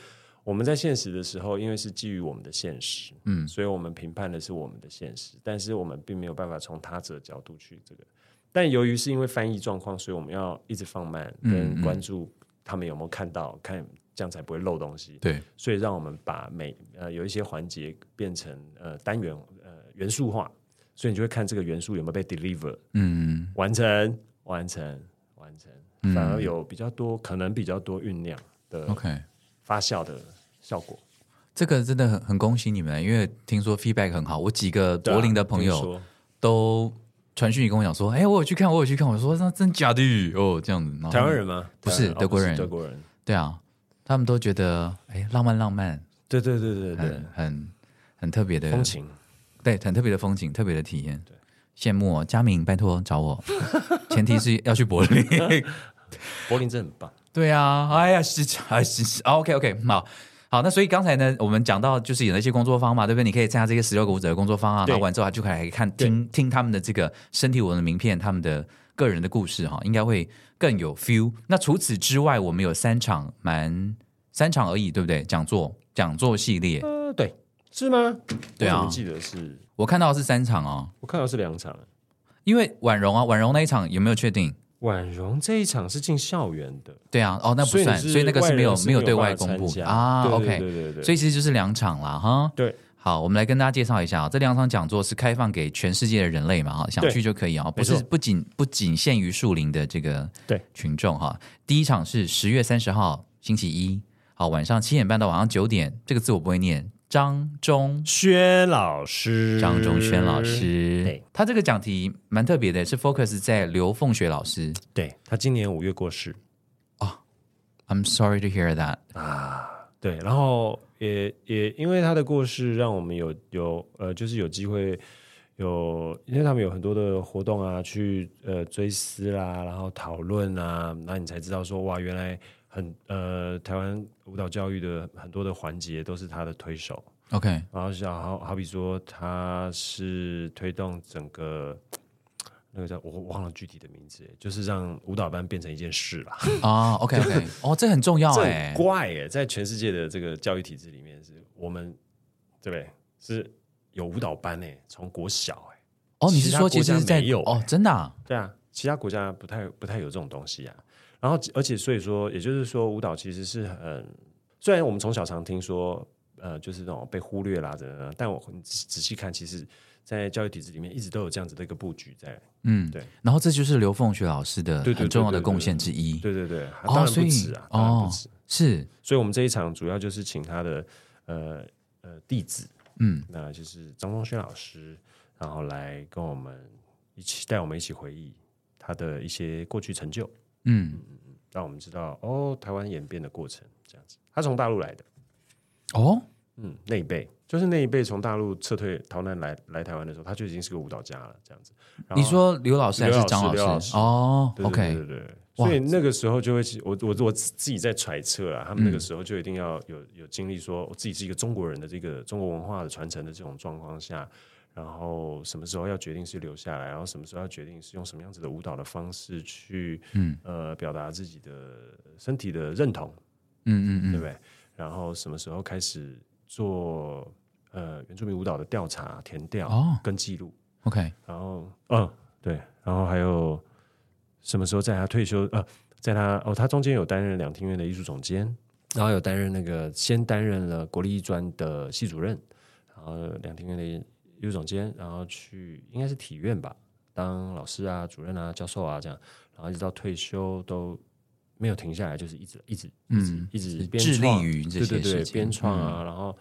Speaker 2: 我们在现实的时候，因为是基于我们的现实，
Speaker 1: 嗯
Speaker 2: 所以我们评判的是我们的现实，但是我们并没有办法从他者角度去这个。但由于是因为翻译状况，所以我们要一直放慢，
Speaker 1: 嗯
Speaker 2: 跟
Speaker 1: 嗯
Speaker 2: 关注他们有没有看到，看这样才不会漏东西。
Speaker 1: 对，
Speaker 2: 所以让我们把每呃有一些环节变成呃单元呃元素化，所以你就会看这个元素有没有被 deliver
Speaker 1: 嗯。
Speaker 2: 完成完成完成，
Speaker 1: 嗯哦
Speaker 2: 反而有比较多可能比较多酝酿的
Speaker 1: OK，
Speaker 2: 发酵的效果。
Speaker 1: 这个真的很很恭喜你们，因为听说 feedback 很好，我几个
Speaker 2: 对啊
Speaker 1: 柏林的朋
Speaker 2: 听
Speaker 1: 友
Speaker 2: 说
Speaker 1: 都传讯息跟我讲说，哎，我有去看，我有去看，我说那真假的哦，这样子。然后
Speaker 2: 台湾人吗？
Speaker 1: 不是
Speaker 2: 台湾
Speaker 1: 德国
Speaker 2: 哦
Speaker 1: 人
Speaker 2: 德国人。
Speaker 1: 对啊，他们都觉得哎，浪漫浪漫，
Speaker 2: 对对对对对
Speaker 1: 很，很很特别的
Speaker 2: 风情。
Speaker 1: 对，很特别的风景，特别的体验。羡慕哦，佳明，拜托找我，前提是要去柏林。
Speaker 2: 柏林真的很棒。
Speaker 1: 对啊，哎呀，是哎是是，OK 啊 OK，好好，那所以刚才呢，我们讲到就是有那些工作坊嘛，对不对？你可以参加这些十六个舞者的工作坊啊，
Speaker 2: 对
Speaker 1: 然后完之后他就可以看听听他们的这个身体舞的名片，他们的个人的故事哈，应该会更有 feel。那除此之外，我们有三场蛮三场而已，对不对？讲座讲座系列，
Speaker 2: 呃，对，是吗？
Speaker 1: 对啊
Speaker 2: 我怎么记得是，
Speaker 1: 我看到的是三场哦，
Speaker 2: 我看到是两场。
Speaker 1: 因为婉容啊，婉容那一场有没有确定？
Speaker 2: 婉容这一场是进校园的，
Speaker 1: 对啊，哦，那不
Speaker 2: 所以
Speaker 1: 算，
Speaker 2: 你
Speaker 1: 所
Speaker 2: 是
Speaker 1: 以那个是没有
Speaker 2: 外人是
Speaker 1: 没有对
Speaker 2: 没有
Speaker 1: 外
Speaker 2: 办法
Speaker 1: 公布
Speaker 2: 参加
Speaker 1: 啊。
Speaker 2: 对
Speaker 1: OK，
Speaker 2: 对对对对
Speaker 1: 所以其实就是两场啦，哈。
Speaker 2: 对，
Speaker 1: 好，我们来跟大家介绍一下啊，这两场讲座是开放给全世界的人类嘛，哈，想去就可以啊，不
Speaker 2: 没
Speaker 1: 是
Speaker 2: 错
Speaker 1: 不仅不仅限于树林的这个
Speaker 2: 对
Speaker 1: 群众哈。第一场是十月三十号星期一，好，晚上七点半到晚上九点，这个字我不会念，张忠
Speaker 2: 薛老师，
Speaker 1: 张忠轩老，师
Speaker 2: 对，
Speaker 1: 他这个讲题蛮特别的，是 focus 在刘凤雪老师。
Speaker 2: 对他今年五月过世
Speaker 1: I'm sorry to hear that。
Speaker 2: 啊，对，然后也也因为他的过世，让我们有有呃，就是有机会有，因为他们有很多的活动啊，去呃追思啦，然后讨论啊，那你才知道说哇，原来很呃，台湾舞蹈教育的很多的环节都是他的推手。
Speaker 1: OK，
Speaker 2: 然后像好好比说，他是推动整个那个叫我忘了具体的名字，就是让舞蹈班变成一件事啦。
Speaker 1: 啊，OK OK，哦，这很重要
Speaker 2: 这
Speaker 1: 哎
Speaker 2: 很，怪耶，在全世界的这个教育体制里面，是我们对不对？是有舞蹈班诶，从国小哎，
Speaker 1: 哦，你是
Speaker 2: 其他
Speaker 1: 说其
Speaker 2: 国
Speaker 1: 实
Speaker 2: 家
Speaker 1: 是在
Speaker 2: 没有
Speaker 1: 哦，真的啊
Speaker 2: 对啊，其他国家不太不太有这种东西啊。然后而且所以说，也就是说，舞蹈其实是很，嗯虽然我们从小常听说，呃，就是那种被忽略啦，怎么样，但我你仔仔细看，其实，在教育体制里面一直都有这样子的一个布局在。
Speaker 1: 嗯，
Speaker 2: 对。
Speaker 1: 然后这就是刘凤雪老师的
Speaker 2: 对对对
Speaker 1: 很重要的贡献之一。
Speaker 2: 对对对，啊
Speaker 1: 哦
Speaker 2: 当然
Speaker 1: 所以
Speaker 2: 不
Speaker 1: 哦
Speaker 2: 止啊，当然不止。
Speaker 1: 是，
Speaker 2: 所以我们这一场主要就是请他的呃呃弟子，
Speaker 1: 嗯，
Speaker 2: 那就是张仲轩老师，然后来跟我们一起带我们一起回忆他的一些过去成就。
Speaker 1: 嗯，
Speaker 2: 让我们知道哦，台湾演变的过程这样子。他从大陆来的，
Speaker 1: 哦，
Speaker 2: 嗯，那一辈就是那一辈从大陆撤退逃难来来台湾的时候，他就已经是个舞蹈家了，这样子。然后
Speaker 1: 你说刘老师还是张
Speaker 2: 刘老
Speaker 1: 师？
Speaker 2: 师
Speaker 1: 哦
Speaker 2: 对对
Speaker 1: ，OK，
Speaker 2: 对对对，
Speaker 1: 哇
Speaker 2: 所以那个时候就会，我我我自己在揣测啊，他们那个
Speaker 1: 嗯
Speaker 2: 时候就一定要有有经历，说我自己是一个中国人的这个中国文化的传承的这种状况下，然后什么时候要决定是留下来，然后什么时候要决定是用什么样子的舞蹈的方式去，
Speaker 1: 嗯
Speaker 2: 呃，表达自己的身体的认同，
Speaker 1: 嗯
Speaker 2: 对
Speaker 1: 嗯
Speaker 2: 不对？然后什么时候开始做呃原住民舞蹈的调查、填
Speaker 1: 嗯，
Speaker 2: 调、
Speaker 1: 哦
Speaker 2: 跟记录？
Speaker 1: ，OK，
Speaker 2: 然后，嗯，对，然后还有什么时候在他退休？呃，在他哦，他中间有担任两厅院的艺术总监，然后有担任那个先担任了国立艺专的系主任，然后两厅院的艺术总监，然后去应该是体院吧，当老师啊、主任啊、教授啊这样，然后一直到退休都没有停下来，就是一直一直一直、
Speaker 1: 嗯
Speaker 2: 一直边
Speaker 1: 致力
Speaker 2: 创
Speaker 1: 于这
Speaker 2: 对
Speaker 1: 些
Speaker 2: 对对
Speaker 1: 事，情，嗯
Speaker 2: 编创啊，然后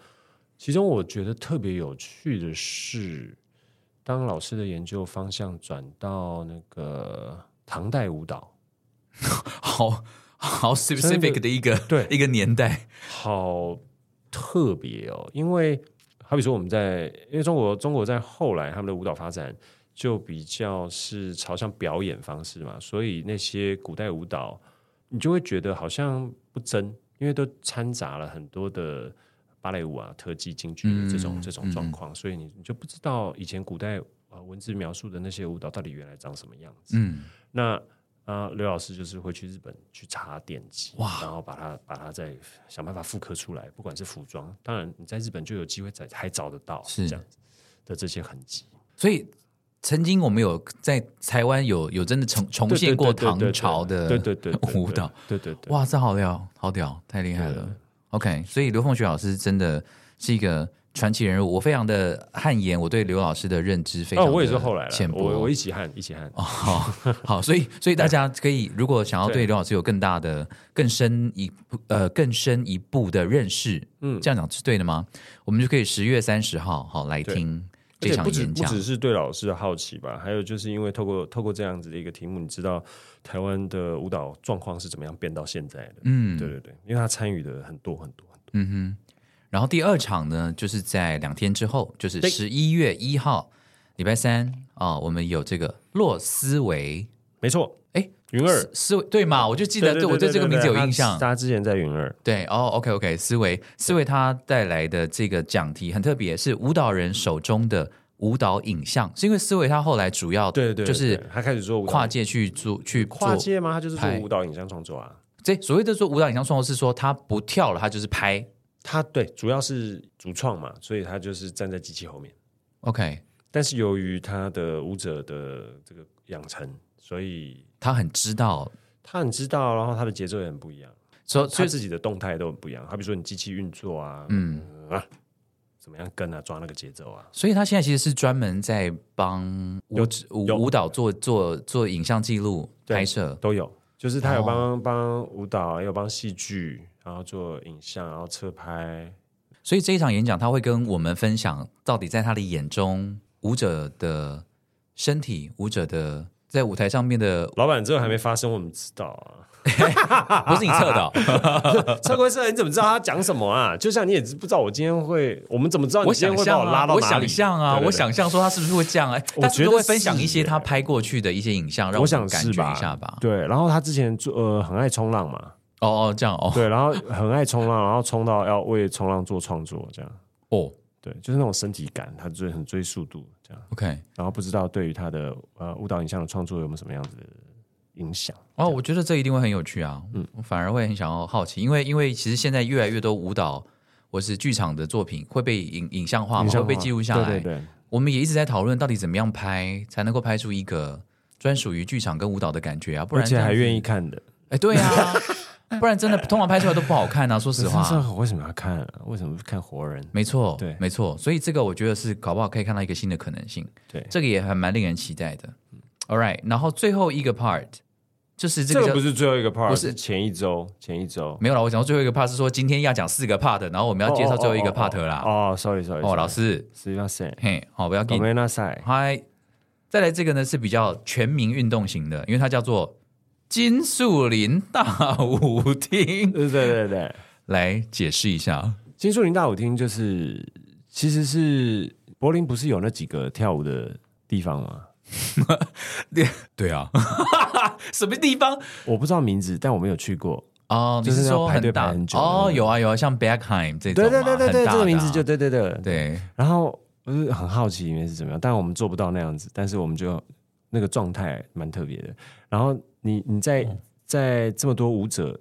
Speaker 2: 其中我觉得特别有趣的是，当老师的研究方向转到那个唐代舞蹈，
Speaker 1: 嗯，好好 specific
Speaker 2: 真的
Speaker 1: 的一个
Speaker 2: 对
Speaker 1: 一个年代，
Speaker 2: 好特别哦，因为好比说我们在，因为中国中国在后来他们的舞蹈发展就比较是朝向表演方式嘛，所以那些古代舞蹈你就会觉得好像不真，因为都掺杂了很多的芭蕾舞啊、特技、京剧的这种、
Speaker 1: 嗯
Speaker 2: 这种状况，所以你你就不知道以前古代呃文字描述的那些舞蹈到底原来长什么样子。
Speaker 1: 嗯，
Speaker 2: 那啊、呃刘老师就是会去日本去查典籍，
Speaker 1: 哇
Speaker 2: 然后把它把它再想办法复刻出来，不管是服装，当然你在日本就有机会在还找得到
Speaker 1: 是
Speaker 2: 这样子的这些痕迹。
Speaker 1: 所以。曾经我们有在台湾有有真的重重现过
Speaker 2: 对对对
Speaker 1: 唐
Speaker 2: 对对
Speaker 1: 朝的
Speaker 2: 对对对对对
Speaker 1: 舞蹈，
Speaker 2: 对对对，
Speaker 1: 哇，这好屌，好屌，太厉害
Speaker 2: 对
Speaker 1: 了。OK，所以刘凤雪老师真的是一个传奇人物，我非常的汗颜，我对刘老师的认知非常
Speaker 2: 哦，
Speaker 1: 的
Speaker 2: 我也是后来了
Speaker 1: 浅，
Speaker 2: 我
Speaker 1: 薄
Speaker 2: 我。一起汗一起汗，
Speaker 1: 哦，好，好，所以所以大家可以如果想要对
Speaker 2: 对
Speaker 1: 刘老师有更大的、更深一步呃更深一步的认识，嗯，这样讲是对的吗？我们就可以十月三十号好来
Speaker 2: 对
Speaker 1: 听这
Speaker 2: 而且
Speaker 1: 场
Speaker 2: 不止
Speaker 1: 演
Speaker 2: 不
Speaker 1: 讲。
Speaker 2: 只是对老师的好奇吧，还有就是因为透过透过这样子的一个题目，你知道台湾的舞蹈状况是怎么样变到现在的。
Speaker 1: 嗯，
Speaker 2: 对对对，因为他参与的很多很多很多。
Speaker 1: 嗯哼，然后第二场呢，就是在两天之后，就是
Speaker 2: 对
Speaker 1: 十一哦月一号，礼拜三啊、我们有这个洛斯维
Speaker 2: 没错，
Speaker 1: 哎，
Speaker 2: 云二，
Speaker 1: 思思维对嘛？我就记得，对我对这个名字有印象
Speaker 2: 他。他之前在云二，
Speaker 1: 对，哦，OK OK，思维思维他带来的这个讲题很特别，是舞蹈人手中的舞蹈影像，是因为思维他后来主要
Speaker 2: 对对，
Speaker 1: 就是
Speaker 2: 他开始做舞蹈
Speaker 1: 跨界去做去
Speaker 2: 跨
Speaker 1: 做。
Speaker 2: 界吗？他就是做
Speaker 1: 拍
Speaker 2: 舞蹈影像创作啊。
Speaker 1: 这所谓的做舞蹈影像创作是说他不跳了，他就是拍。
Speaker 2: 他对主要是主创嘛，所以他就是站在机器后面。
Speaker 1: OK，
Speaker 2: 但是由于他的舞者的这个养成，所以
Speaker 1: 他很知道，
Speaker 2: 他很知道，然后他的节奏也很不一样，
Speaker 1: 所
Speaker 2: 他
Speaker 1: 哦所以
Speaker 2: 自己的动态都很不一样。好比说你机器运作啊，
Speaker 1: 嗯，
Speaker 2: 怎么样跟啊，抓那个节奏啊，
Speaker 1: 所以他现在其实是专门在帮舞
Speaker 2: 有
Speaker 1: 舞
Speaker 2: 有
Speaker 1: 舞蹈做做做影像记录
Speaker 2: 对
Speaker 1: 拍摄。
Speaker 2: 都有。就是他有帮、
Speaker 1: 哦
Speaker 2: 帮舞蹈，也有帮戏剧，然后做影像，然后侧拍，
Speaker 1: 所以这一场演讲，他会跟我们分享到底在他的眼中，舞者的身体，舞者的在舞台上面的，
Speaker 2: 老板，这个还没发生，我们知道啊。
Speaker 1: 不是你测的哦、
Speaker 2: 车规社，你怎么知道他讲什么啊？就像你也不知道我今天会，我们怎么知道你
Speaker 1: 我
Speaker 2: 今
Speaker 1: 想
Speaker 2: 天会把
Speaker 1: 象
Speaker 2: 我拉
Speaker 1: 啊，
Speaker 2: 到
Speaker 1: 我
Speaker 2: 哪里？
Speaker 1: 想象啊，
Speaker 2: 对对对
Speaker 1: 我想象说他是不是会这样啊？
Speaker 2: 我
Speaker 1: 他是
Speaker 2: 觉
Speaker 1: 不是会
Speaker 2: 得
Speaker 1: 分享一些
Speaker 2: 是
Speaker 1: 他拍过去的一些影像，让
Speaker 2: 我
Speaker 1: 们
Speaker 2: 想
Speaker 1: 感
Speaker 2: 是
Speaker 1: 觉
Speaker 2: 吧
Speaker 1: 一下吧。
Speaker 2: 对。然后他之前做呃很爱冲浪嘛，
Speaker 1: 哦哦，这样哦
Speaker 2: 对，然后很爱冲浪，然后冲到要为冲浪做创作，这样
Speaker 1: 哦
Speaker 2: 对，就是那种身体感，他追很追速度这样。
Speaker 1: ，OK。
Speaker 2: 然后不知道对于他的呃舞蹈影像的创作有没有什么样子的影响？
Speaker 1: 哦，我觉得这一定会很有趣啊！嗯，我反而会很想要好奇，因为因为其实现在越来越多舞蹈或是剧场的作品会被影影像化嘛，
Speaker 2: 影像化
Speaker 1: 啊会被记录下来。
Speaker 2: 对对对，
Speaker 1: 我们也一直在讨论到底怎么样拍才能够拍出一个专属于剧场跟舞蹈的感觉啊，不
Speaker 2: 而
Speaker 1: 然这
Speaker 2: 且
Speaker 1: 样
Speaker 2: 还
Speaker 1: 子
Speaker 2: 愿意看的。
Speaker 1: 哎，对啊， 不然真的通常拍出来都不好看啊，说实
Speaker 2: 这
Speaker 1: 话。
Speaker 2: 我为什么要看、啊？为什么不看活人？
Speaker 1: 没错，
Speaker 2: 对
Speaker 1: 没错，所以这个我觉得是搞不好可以看到一个新的可能性，
Speaker 2: 对，嗯
Speaker 1: 这个也还蛮令人期待的。All right，然后最后一个 part 就是这
Speaker 2: 这
Speaker 1: 个
Speaker 2: 个
Speaker 1: 叫
Speaker 2: 不是最后一个 part，
Speaker 1: 不是
Speaker 2: 是前一周，前一周。
Speaker 1: 没有啦，我讲到最后一个 part 是说今天要讲四个 part，然后我们要介绍最后一个 part 啦。
Speaker 2: 哦，sorry sorry，
Speaker 1: 哦，老，师，
Speaker 2: すみません。
Speaker 1: 嘿，好，不要给
Speaker 2: ごめんなさい。
Speaker 1: 嗨，再来这个呢是比较全民运动型的，因为它叫做金树林大舞厅。
Speaker 2: 对对对对，
Speaker 1: 来解释一下，
Speaker 2: 金树林大舞厅就是其实是柏林，不是有那几个跳舞的地方吗？
Speaker 1: 对啊，什么地方？
Speaker 2: 我不知道名字，但我没有去过。
Speaker 1: 哦，你
Speaker 2: 就是是要
Speaker 1: 说
Speaker 2: 排
Speaker 1: 很
Speaker 2: 队
Speaker 1: 大
Speaker 2: 排很久的那
Speaker 1: 哦？
Speaker 2: 个
Speaker 1: 有啊有啊，像 Backheim 这种
Speaker 2: 对
Speaker 1: 嘛，
Speaker 2: 对对对对，
Speaker 1: 很大
Speaker 2: 这
Speaker 1: 的啊
Speaker 2: 个名字就对对对。
Speaker 1: 对，
Speaker 2: 然后我就很好奇里面是怎么样，但我们做不到那样子，但是我们就那个状态蛮特别的。然后你你在在这么多舞者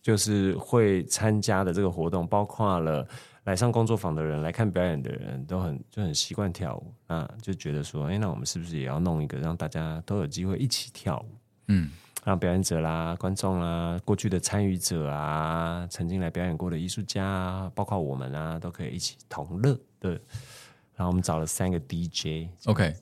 Speaker 2: 就是会参加的这个活动，包括了来上工作坊的人、来看表演的人都很就很习惯跳舞，那就觉得说，哎，那我们是不是也要弄一个让大家都有机会一起跳舞？
Speaker 1: 嗯，
Speaker 2: 让啊表演者啦、观众啦、过去的参与者啊、曾经来表演过的艺术家啊，包括我们啊，都可以一起同乐对，然后我们找了三个 DJ，
Speaker 1: OK，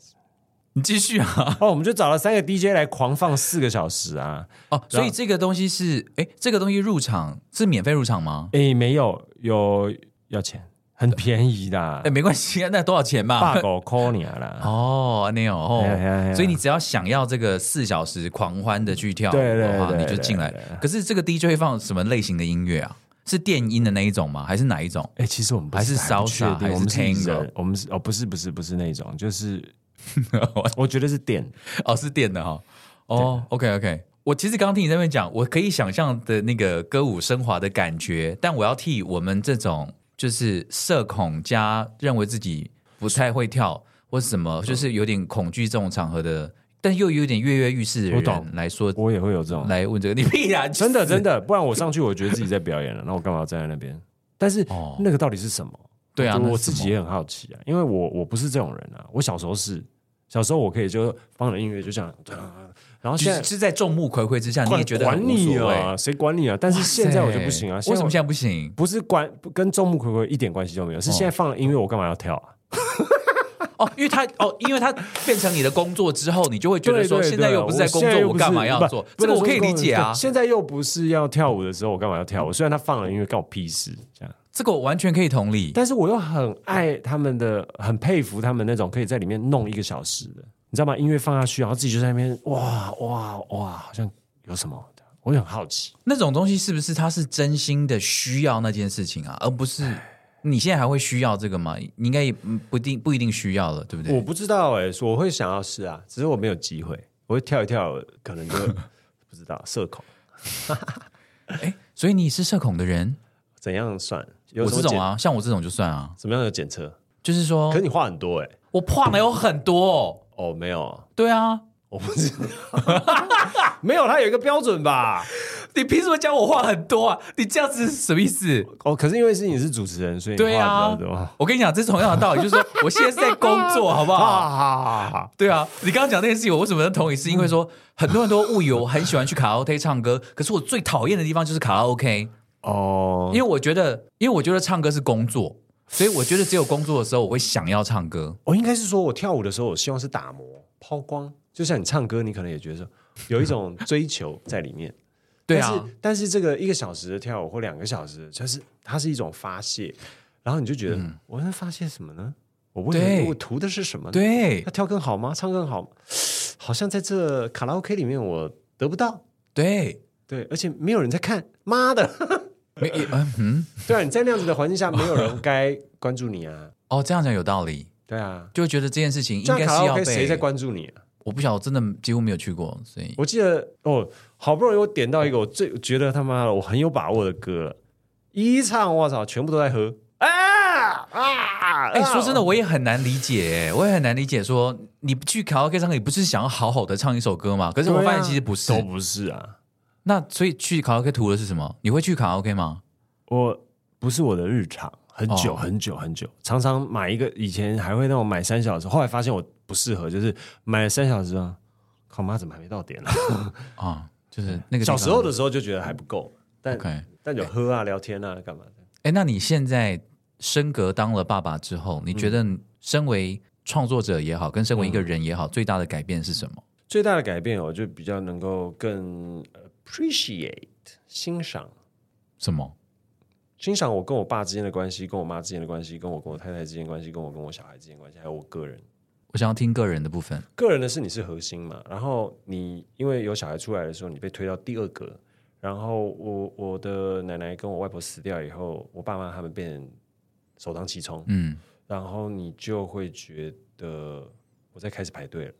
Speaker 1: 你继续啊。
Speaker 2: 哦，我们就找了三个 DJ 来狂放四个小时啊。
Speaker 1: 哦，所以这个东西是，哎，这个东西入场是免费入场吗？
Speaker 2: 诶，没有，有要钱，很便宜的啊
Speaker 1: 哎，，没关系啊，那多少钱嘛
Speaker 2: 八？狗 call 你啊啦。
Speaker 1: 哦，那样哦
Speaker 2: 哎呀哎呀
Speaker 1: 所以你只要想要这个四小时狂欢的去跳舞
Speaker 2: 对对
Speaker 1: 的话，
Speaker 2: 对
Speaker 1: 你
Speaker 2: 对
Speaker 1: 就进来
Speaker 2: 对对。
Speaker 1: 可是这个 DJ 会放什么类型的音乐啊？是电音的那一种吗？还是哪一 种？
Speaker 2: 哎、其实我们不
Speaker 1: 还是
Speaker 2: 还不
Speaker 1: salsa，
Speaker 2: 确定
Speaker 1: 还是
Speaker 2: 我们是以
Speaker 1: tango
Speaker 2: 人我们是哦，不是不是不是那种，就是 我觉得是电，
Speaker 1: 哦，是电的哈、哦。OK OK，我其实刚刚听你在那边讲，我可以想象的那个歌舞升华的感觉，但我要替我们这种就是社恐加认为自己不太会跳或是什么，就是有点恐惧这种场合的，但又有点跃跃欲试的
Speaker 2: 我懂
Speaker 1: 人来说。
Speaker 2: 我也会有这 种。
Speaker 1: 哦来问这个，你屁呀！
Speaker 2: 真 的真的，不然我上去我觉得自己在表演了，那我干嘛要站在那边？但是、
Speaker 1: 哦
Speaker 2: 那个到底是什么？
Speaker 1: 对啊
Speaker 2: 就
Speaker 1: 那是
Speaker 2: 我自
Speaker 1: 什么
Speaker 2: 己也很好奇啊，因为我我不是这种人啊，我小时候是，小时候我可以就放了音乐就这样，然后现
Speaker 1: 就
Speaker 2: 在
Speaker 1: 是是在众目睽睽之下，你也觉得很
Speaker 2: 管你
Speaker 1: 无所谓
Speaker 2: 啊，谁管你啊？但是现在我就不行啊，
Speaker 1: 为什么
Speaker 2: 我
Speaker 1: 现在不行？
Speaker 2: 不是管跟众目睽睽一点关系都没有？是现在放了音乐，我干嘛要跳啊？
Speaker 1: 哦，因为他哦，因为他变成你的工作之后，你就会觉得
Speaker 2: 对
Speaker 1: 说，
Speaker 2: 对
Speaker 1: 现在
Speaker 2: 对
Speaker 1: 又不是在工
Speaker 2: 现
Speaker 1: 作，
Speaker 2: 又
Speaker 1: 我
Speaker 2: 不是
Speaker 1: 干嘛要
Speaker 2: 不
Speaker 1: 做？
Speaker 2: 不
Speaker 1: 这个
Speaker 2: 能
Speaker 1: 我可
Speaker 2: 说
Speaker 1: 以
Speaker 2: 工
Speaker 1: 理
Speaker 2: 作
Speaker 1: 解啊
Speaker 2: 对，现在又不是要跳舞的时候，我干嘛要跳舞？虽然他放了音乐，干我屁事这样。
Speaker 1: 这个我完全可以同理。
Speaker 2: 但是我又很爱他们的，很佩服他们那种可以在里面弄一个小时的，你知道吗？音乐放下去，然后自己就在那边哇哇哇，好像有什么，我也很好奇。
Speaker 1: 那种东西是不是他是真心的需要那件事情啊，而不是你现在还会需要这个吗？你应该也嗯不一定不一定需要了，对不对？
Speaker 2: 我不知道哎、我会想要试啊，只是我没有机会。我会跳一跳，可能就不知道社恐
Speaker 1: 哎，所以你是社恐的人，
Speaker 2: 怎样算，有
Speaker 1: 我
Speaker 2: 什么
Speaker 1: 这种
Speaker 2: 检
Speaker 1: 啊，像我这种就算啊，
Speaker 2: 什么样的检测？
Speaker 1: 就是说
Speaker 2: 可是你话很多哎、
Speaker 1: 我胖了有很多、哦，
Speaker 2: 哦，没有，
Speaker 1: 对啊，
Speaker 2: 我不 知道，没有，它有一个标准吧？
Speaker 1: 你凭什么讲我话很多啊？你这样子是什么意思？
Speaker 2: 哦，可是因为是你是主持人，所以你
Speaker 1: 对
Speaker 2: 话
Speaker 1: 啊
Speaker 2: 比较多。，
Speaker 1: 我跟你讲，这是同样的道理，就是说我现在是在工作，好不好？
Speaker 2: 啊，
Speaker 1: 对啊，你刚刚讲那件事情，我为什么能同意？是因为说很多人都误以为我很喜欢去卡拉 OK 唱歌，可是我最讨厌的地方就是卡拉 OK，
Speaker 2: 哦，
Speaker 1: 因为我觉得，因为我觉得唱歌是工作，所以我觉得只有工作的时候我会想要唱歌。
Speaker 2: 我哦应该是说我跳舞的时候，我希望是打磨、抛光，就像你唱歌，你可能也 觉得说有一种追求在里面。
Speaker 1: 对
Speaker 2: 但
Speaker 1: 啊，
Speaker 2: 是但是这个一个小时的跳舞或两个小时的，就是它是一种发泄，然后你就觉得、我能发泄什么呢？我为
Speaker 1: 嗯对
Speaker 2: 了我图的是什么呢？
Speaker 1: 对
Speaker 2: 那跳更好吗？唱更好吗？好像在这卡拉 OK 里面我得不到，
Speaker 1: 对，
Speaker 2: 对，而且没有人在看，妈的！
Speaker 1: 没也嗯嗯，
Speaker 2: 对啊，你在那样子的环境下，没有人该关注你啊，
Speaker 1: 哦，这样讲有道理，
Speaker 2: 对啊，
Speaker 1: 就会觉得这件事情应
Speaker 2: 这
Speaker 1: 该
Speaker 2: 样
Speaker 1: 是
Speaker 2: 卡拉
Speaker 1: 要
Speaker 2: OK
Speaker 1: 被
Speaker 2: 谁在关注你啊？
Speaker 1: 我不晓得，我真的几乎没有去过，所以
Speaker 2: 我记得哦，好不容易我点到一个我最觉得他妈的我很有把握的歌了，一唱我操，全部都在喝啊啊！
Speaker 1: 哎、说真的，
Speaker 2: 啊，
Speaker 1: 我也很难理解、我也很难理解说你去卡拉 OK 唱歌，你不是想要好好的唱一首歌吗？可是我
Speaker 2: 对啊
Speaker 1: 发现其实不是。
Speaker 2: 都不是啊，
Speaker 1: 那所以去卡拉 OK 图的是什么？你会去卡拉 OK 吗？
Speaker 2: 我不是我的日常，很久
Speaker 1: 哦
Speaker 2: 很久很久，常常买一个，以前还会让我买三小时，后来发现我不适合，就是买了三小时啊，靠妈怎么还没到点呢、
Speaker 1: 啊，就是那个地
Speaker 2: 小
Speaker 1: 方
Speaker 2: 时候的时候就觉得还不够，但
Speaker 1: OK。哎、
Speaker 2: 但有喝啊、聊天啊、干嘛的。
Speaker 1: 那你现在升格当了爸爸之后，你觉得身为创作者也好，跟身为一个人也好，最大的改变是什么？
Speaker 2: 最大的改变，我就比较能够更 appreciate 欣赏
Speaker 1: 什么？
Speaker 2: 欣赏我跟我爸之间的关系，跟我妈之间的关系，跟我跟我太太之间的关系，跟我跟我小孩之间的关系，还有我个人。
Speaker 1: 我想要听个人的部分。
Speaker 2: 个人的是你是核心嘛，然后你因为有小孩出来的时候，你被推到第二格。然后我我的奶奶跟我外婆死掉以后，我爸妈他们变首当其冲，
Speaker 1: 嗯，
Speaker 2: 然后你就会觉得我在开始排队了，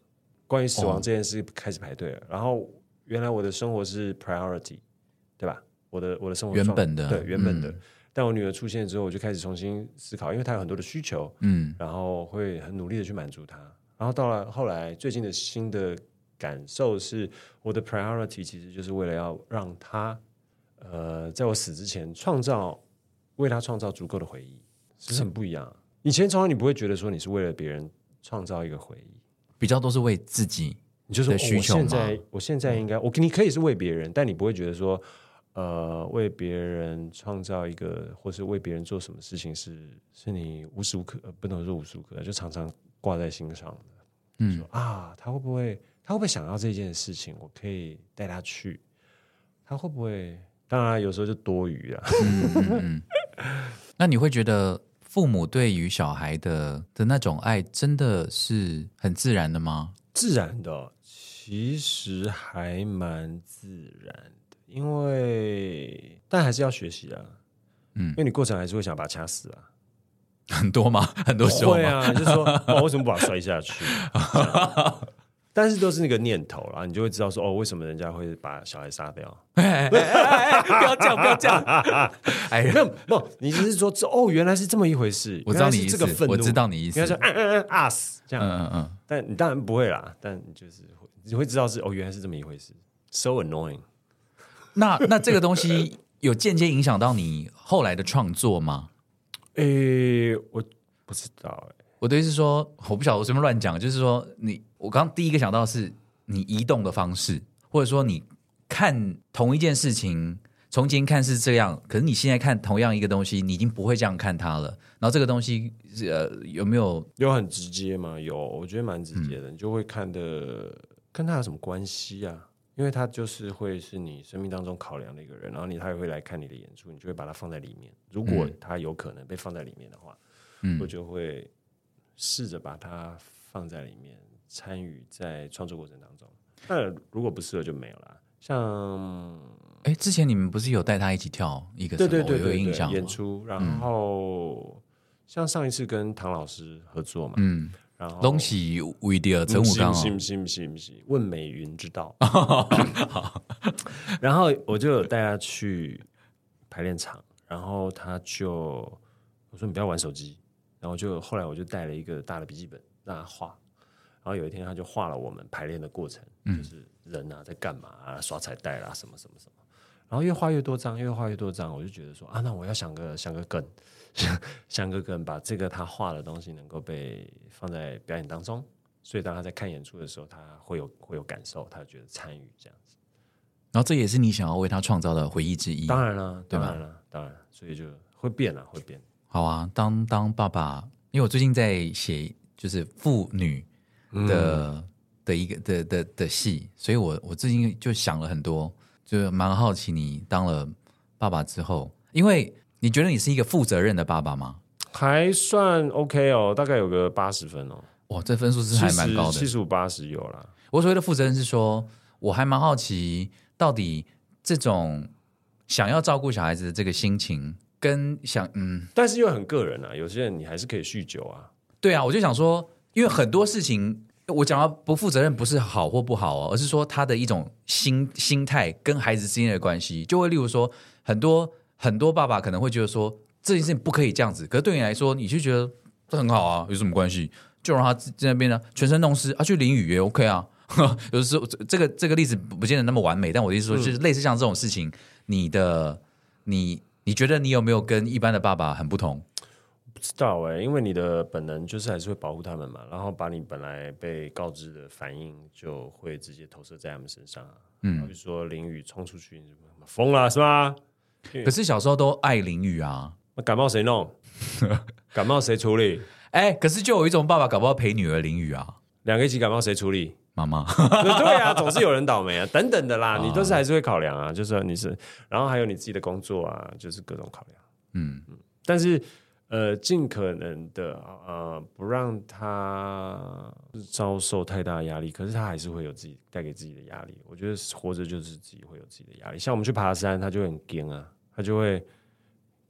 Speaker 2: 关于死
Speaker 1: 哦
Speaker 2: 亡这件事开始排队了。然后原来我的生活是 priority，对吧？我的我的生活
Speaker 1: 原
Speaker 2: 状
Speaker 1: 本的
Speaker 2: 对原本的
Speaker 1: 嗯，
Speaker 2: 但我女儿出现之后，我就开始重新思考，因为她有很多的需求，
Speaker 1: 嗯，
Speaker 2: 然后会很努力的去满足她。然后到了后来，最近的新的感受是，我的 priority 其实就是为了要让她，呃，在我死之前创造为她创造足够的回忆，其实很不一样。以前从来你不会觉得说你是为了别人创造一个回忆，
Speaker 1: 比较都是为自己。
Speaker 2: 你就说、
Speaker 1: 的
Speaker 2: 哦
Speaker 1: 需求吗
Speaker 2: 我
Speaker 1: 嗯
Speaker 2: 现在我现在应该，我你可以是为别人，但你不会觉得说，呃，为别人创造一个，或是为别人做什么事情是是你无时无刻、呃不能说无时无刻，就常常挂在心上的。
Speaker 1: 嗯
Speaker 2: 说啊，他会不会他会不会想要这件事情？我可以带他去，他会不会？当然，有时候就多余啊。
Speaker 1: 那你会觉得父母对于小孩的的那种爱，真的是很自然的吗？
Speaker 2: 自然的，哦其实还蛮自然的，因为但还是要学习啊，
Speaker 1: 嗯
Speaker 2: 因为你过程还是会想把它掐死啊，
Speaker 1: 很多吗？很多时候
Speaker 2: 会
Speaker 1: 吗？
Speaker 2: 啊，就说哦，为什么不把它摔 下去？这样但是都是那个念头啦，你就会知道说哦，为什么人家会把小孩杀掉？
Speaker 1: 哎哎哎哎不要这样，不要这样！哎
Speaker 2: 没
Speaker 1: 呀，
Speaker 2: 有，不，你只是说这哦，原来是这么一回事，
Speaker 1: 我知道你
Speaker 2: 原来
Speaker 1: 意
Speaker 2: 是
Speaker 1: 思
Speaker 2: 这个愤，怒，
Speaker 1: 我知道你意
Speaker 2: 你要
Speaker 1: 思。
Speaker 2: 说嗯嗯嗯啊死这
Speaker 1: 嗯
Speaker 2: 样，
Speaker 1: 嗯嗯，
Speaker 2: 但你当然不会啦，但你就是会你会知道是哦，原来是这么一回事，so annoying。
Speaker 1: 那那这个东西有间接影响到你后来的创作吗？
Speaker 2: 诶、我不知道、诶，
Speaker 1: 我的意思是说，我不晓得我随便乱讲，就是说你，我刚刚第一个想到的是你移动的方式，或者说你看同一件事情，从前看是这样，可是你现在看同样一个东西，你已经不会这样看它了。然后这个东西，呃，有没有
Speaker 2: 有很直接吗？有，我觉得蛮直接的，你就会看的跟他有什么关系啊？因为他就是会是你生命当中考量的一个人，然后你他也会来看你的演出，你就会把它放在里面。如果他有可能被放在里面的话，
Speaker 1: 嗯
Speaker 2: 我就会试着把它放在里面，参与在创作过程当中。那如果不适合就没有啦。像
Speaker 1: 哎，之前你们不是有带他一起跳一个什
Speaker 2: 对
Speaker 1: 么？
Speaker 2: 对
Speaker 1: 我
Speaker 2: 对
Speaker 1: 有
Speaker 2: 对
Speaker 1: 印象吗
Speaker 2: 对，
Speaker 1: 嗯
Speaker 2: 演出，然后、像上一次跟唐老师合作嘛，
Speaker 1: 嗯，
Speaker 2: 然后
Speaker 1: 拢是为着陈
Speaker 2: 不
Speaker 1: 武
Speaker 2: 哦嗯是
Speaker 1: 刚
Speaker 2: 不是
Speaker 1: 哦，
Speaker 2: 不是不是不是，问美云之道。然后我就有带他去排练场，然后他就我说你不要玩手机，然后就后来我就带了一个大的笔记本让他画，然后有一天他就画了我们排练的过程，就是人啊在干嘛啊耍彩带啦、什么什么什么，然后越画越多张，越画越多张，我就觉得说啊那我要想个想个梗。想个梗，把这个他画的东西能够被放在表演当中，所以当他在看演出的时候，他会有会有感受，他觉得参与这样子。
Speaker 1: 然后这也是你想要为他创造的回忆之一。
Speaker 2: 当然了，
Speaker 1: 对
Speaker 2: 当
Speaker 1: 吧
Speaker 2: 然了，当然，所以就会变了，会变。
Speaker 1: 好啊，当当爸爸，因为我最近在写就是父女嗯的、的一个的的的戏，所以我我最近就想了很多，就是蛮好奇你当了爸爸之后，因为你觉得你是一个负责任的爸爸吗？
Speaker 2: 还算 OK 哦，大概有个八十分哦，
Speaker 1: 哇，这分数是还蛮高的
Speaker 2: 七。十五八十有啦。
Speaker 1: 我所谓的负责任是说，我还蛮好奇，到底这种想要照顾小孩子的这个心情，跟想嗯，
Speaker 2: 但是又很个人啊，有些人你还是可以酗酒啊。
Speaker 1: 对啊，我就想说，因为很多事情，我讲到不负责任不是好或不好哦，而是说他的一种心心态跟孩子之间的关系，就会例如说，很多很多爸爸可能会觉得说这件事情不可以这样子，可是对你来说，你就觉得这很好啊，有什么关系？就让他在那边呢、全身弄湿啊，去淋雨也 OK 啊。 有时候这这个这个例子不不见得那么完美，但我的意思说，就是类似像这种事情，你的你你觉得你有没有跟一般的爸爸很不同？
Speaker 2: 不知道哎、因为你的本能就是还是会保护他们嘛，然后把你本来被告知的反应就会直接投射在他们身上啊。嗯，比如说淋雨冲出去，你就疯了是吧？
Speaker 1: 可是小时候都爱淋雨啊，
Speaker 2: 那感冒谁弄？ 感冒谁处理？
Speaker 1: 哎、可是就有一种爸爸搞不好陪女儿淋雨啊，
Speaker 2: 两个一起感冒谁处理？
Speaker 1: 妈妈。
Speaker 2: 对啊，总是有人倒霉啊，等等的啦，你都是还是会考量啊，就是你是，然后还有你自己的工作啊，就是各种考量。
Speaker 1: 嗯，
Speaker 2: 但是呃，尽可能的呃，不让他遭受太大的压力，可是他还是会有自己带给自己的压力。我觉得活着就是自己会有自己的压力，像我们去爬山，他就会很惊啊，他就会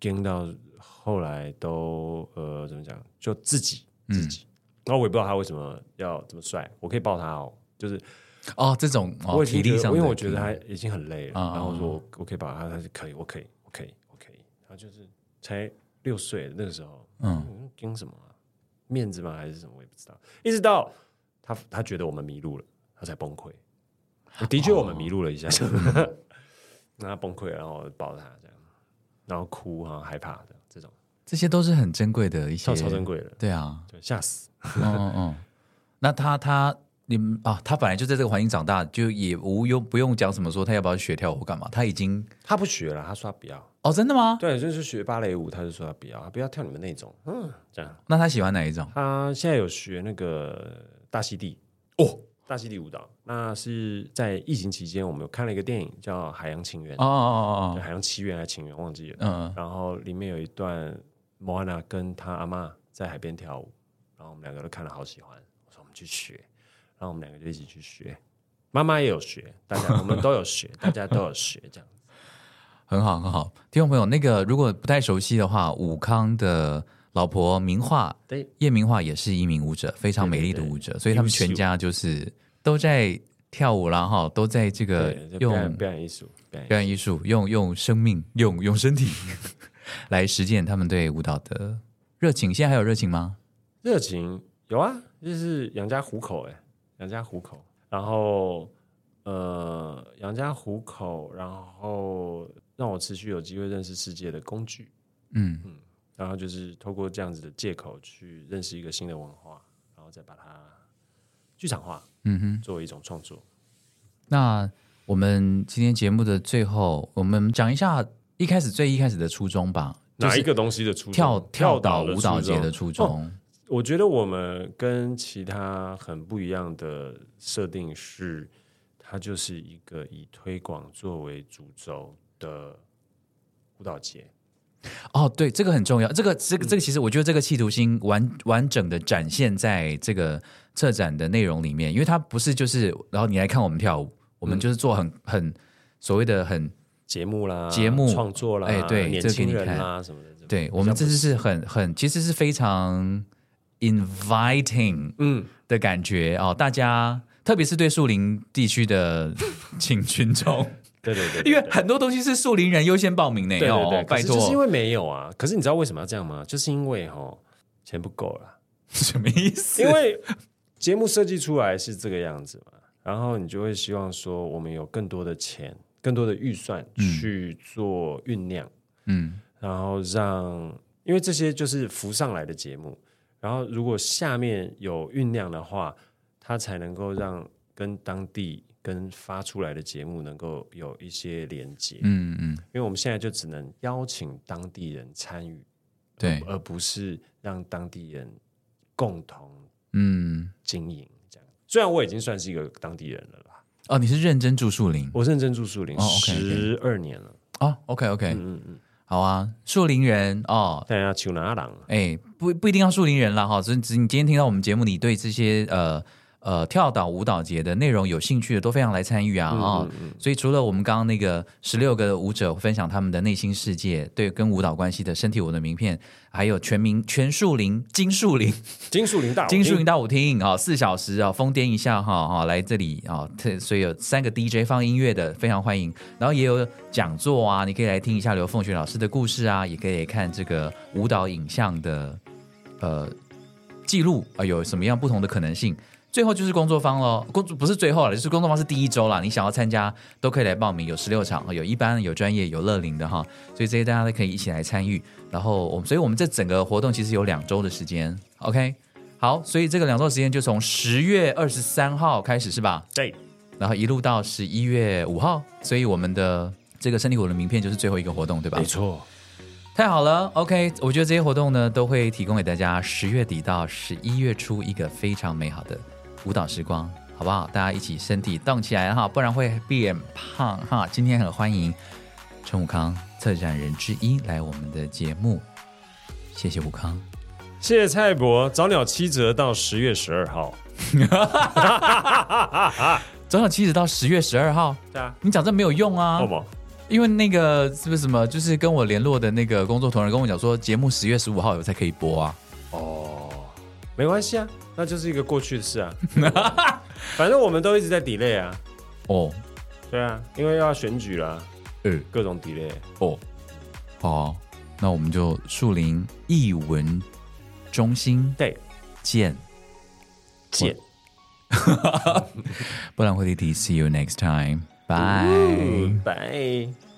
Speaker 2: 惊到后来都呃怎么讲，就自己自己。然后我也不知道他为什么要这么帅，我可以抱他哦，就是
Speaker 1: 哦，这种哦
Speaker 2: 我已
Speaker 1: 体
Speaker 2: 经觉
Speaker 1: 力
Speaker 2: 得，
Speaker 1: 上的，
Speaker 2: 因为我觉得他已经很累了，
Speaker 1: 啊啊
Speaker 2: 然后我说我我可以把他，他是可以，我可以，我可以，我可以。他就是才六岁那个时候，
Speaker 1: 嗯
Speaker 2: 嗯，盯什么啊？面子吗？还是什么？我也不知道。一直到他他觉得我们迷路了，他才崩溃。的确，我们迷路了一 下，那他崩溃了，然后我抱他这样，然后哭，然后害怕的这种，
Speaker 1: 这些都是很珍贵的一些
Speaker 2: 超，超珍贵的，
Speaker 1: 对啊，
Speaker 2: 对，吓死。
Speaker 1: 嗯嗯嗯。那他他你们啊，他本来就在这个环境长大，就也无用不用讲什么说他要不要学跳舞干嘛，他已经
Speaker 2: 他不学了，他说他不要。
Speaker 1: 哦，真的吗？
Speaker 2: 对，就是学芭蕾舞，他就说他不要，他不要跳你们那种，嗯，这样。
Speaker 1: 那他喜欢哪一种？
Speaker 2: 他现在有学那个大溪地
Speaker 1: 哦，
Speaker 2: 大溪地舞蹈，那是在疫情期间，我们有看了一个电影叫《海洋情缘》
Speaker 1: 哦哦，哦
Speaker 2: 对
Speaker 1: 哦，
Speaker 2: 海洋奇缘》还是情缘忘记了。
Speaker 1: 嗯，
Speaker 2: 然后里面有一段莫安娜跟她阿妈在海边跳舞，然后我们两个都看了好喜欢，我说我们去学，然后我们两个就一起去学。妈妈也有学，大家我们都有学，大家都有学这 样子。
Speaker 1: 很好很好。听众朋友，那个如果不太熟悉的话，武康的老婆名画
Speaker 2: 对，
Speaker 1: 叶明化也是一名舞者，非常美丽的舞者，所以他们全家就是都在跳舞啦，哈，都在这个
Speaker 2: 对，就表演
Speaker 1: 用
Speaker 2: 表演艺术，表演艺术
Speaker 1: 表演艺术、用用生命、用用身体 来实践他们对舞蹈的热情。现在还有热情吗？
Speaker 2: 热情有啊，就是养家糊口哎、养家糊口。然后呃，养家糊口，然后让我持续有机会认识世界的工具，
Speaker 1: 嗯，
Speaker 2: 然后就是透过这样子的借口去认识一个新的文化，然后再把它剧场化，嗯哼，作为一种创作。
Speaker 1: 那我们今天节目的最后，我们讲一下一开始最一开始的初衷吧，就
Speaker 2: 哪一
Speaker 1: 是
Speaker 2: 个东西的初衷
Speaker 1: 跳跳岛
Speaker 2: 的
Speaker 1: 舞蹈
Speaker 2: 初衷
Speaker 1: 节的初
Speaker 2: 哦
Speaker 1: 衷。
Speaker 2: 我觉得我们跟其他很不一样的设定是，它就是一个以推广作为主轴的舞蹈节。
Speaker 1: 哦，对，这个很重要。这个，这个，
Speaker 2: 嗯
Speaker 1: 这个，其实我觉得这个企图心完完整的展现在这个策展的内容里面，因为它不是就是，然后你来看我们跳舞，我
Speaker 2: 嗯
Speaker 1: 们就是做很、很所谓的很，
Speaker 2: 节目啦，
Speaker 1: 节目
Speaker 2: 创作啦，
Speaker 1: 哎对
Speaker 2: 年
Speaker 1: 这个给
Speaker 2: 轻
Speaker 1: 你
Speaker 2: 人啦什么的，
Speaker 1: 对我们这次是很很，其实是非常 inviting
Speaker 2: 嗯，
Speaker 1: 的感觉哦，大家特别是对树林地区的 请群众，
Speaker 2: 对对对，
Speaker 1: 因为很多东西是树林人优先报名呢，
Speaker 2: 对对对，
Speaker 1: 哦，拜
Speaker 2: 可是就是因
Speaker 1: 托，
Speaker 2: 为没有啊。可是你知道为什么要这样吗？就是因为哈钱不够了，
Speaker 1: 什么意思？
Speaker 2: 因为节目设计出来是这个样子嘛，然后你就会希望说我们有更多的钱、更多的预算去做酝酿，
Speaker 1: 嗯
Speaker 2: 然后让因为这些就是浮上来的节目，然后如果下面有酝酿的话，它才能够让跟当地。跟发出来的节目能够有一些连接，
Speaker 1: 嗯嗯，
Speaker 2: 因为我们现在就只能邀请当地人参与，
Speaker 1: 对，
Speaker 2: 而不是让当地人共同
Speaker 1: 嗯。
Speaker 2: 经营这样。虽然我已经算是一个当地人了啦，
Speaker 1: 哦，你是认真住树林
Speaker 2: 我认真住树林
Speaker 1: 嗯哦，OK，OK
Speaker 2: 十二年了，
Speaker 1: 哦？OK OK，
Speaker 2: 嗯嗯嗯，
Speaker 1: 好啊，树林人哦，
Speaker 2: 但要求哪郎啊，
Speaker 1: 哎，不不一定要树林人啦哈，只只你今天听到我们节目，你对这些呃呃跳岛舞蹈节的内容有兴趣的，都非常来参与啊
Speaker 2: 嗯
Speaker 1: 哦。所以除了我们刚刚那个十六个舞者分享他们的内心世界，对跟舞蹈关系的身体舞的名片，还有全民全树林金树林
Speaker 2: 金树林大
Speaker 1: 金树林大舞厅啊，四小时啊，疯癫一下哈哈，来这里啊，特所以有三个 DJ 放音乐的，非常欢迎。然后也有讲座啊，你可以来听一下刘凤雪老师的故事啊，也可以看这个舞蹈影像的呃记录啊，有什么样不同的可能性。最后就是工作坊喽，工作不是最后了，就是工作坊是第一周啦。你想要参加都可以来报名，有十六场，哦有一般、有专业、有乐龄的哈，所以这些大家都可以一起来参与。然后我们，所以我们这整个活动其实有两周的时间，OK。好，所以这个两周时间就从十月二十三号开始是吧？
Speaker 2: 对，
Speaker 1: 然后一路到十一月五号，所以我们的这个身体活的名片就是最后一个活动，对吧
Speaker 2: 没？错，
Speaker 1: 太好了，OK，我觉得这些活动呢都会提供给大家十月底到十一月初一个非常美好的舞蹈时光，好不好？大家一起身体动起来哈，不然会变胖哈。今天很欢迎陈武康策展人之一来我们的节目，谢谢武康。
Speaker 2: 谢谢蔡博，早鸟七折到十月十二号，
Speaker 1: 早鸟七十到十月十二号，
Speaker 2: 对啊，哦
Speaker 1: 你讲这没有用啊。
Speaker 2: 好不好？
Speaker 1: 因为那个是不是什么，就是跟我联络的那个工作同仁跟我讲说，节目十月十五号有才可以播啊。
Speaker 2: 哦，没关系啊，那就是一个过去的 事啊，反正我们都一直在 delay 啊，
Speaker 1: 哦，
Speaker 2: 对啊，因为要选举啦，
Speaker 1: 呃，
Speaker 2: 各种 delay，
Speaker 1: 哦，好，那我们就树林艺文中心
Speaker 2: 对，
Speaker 1: 见，嗯
Speaker 2: 见。
Speaker 1: 不然会弟弟 see you next time，bye。
Speaker 2: 拜。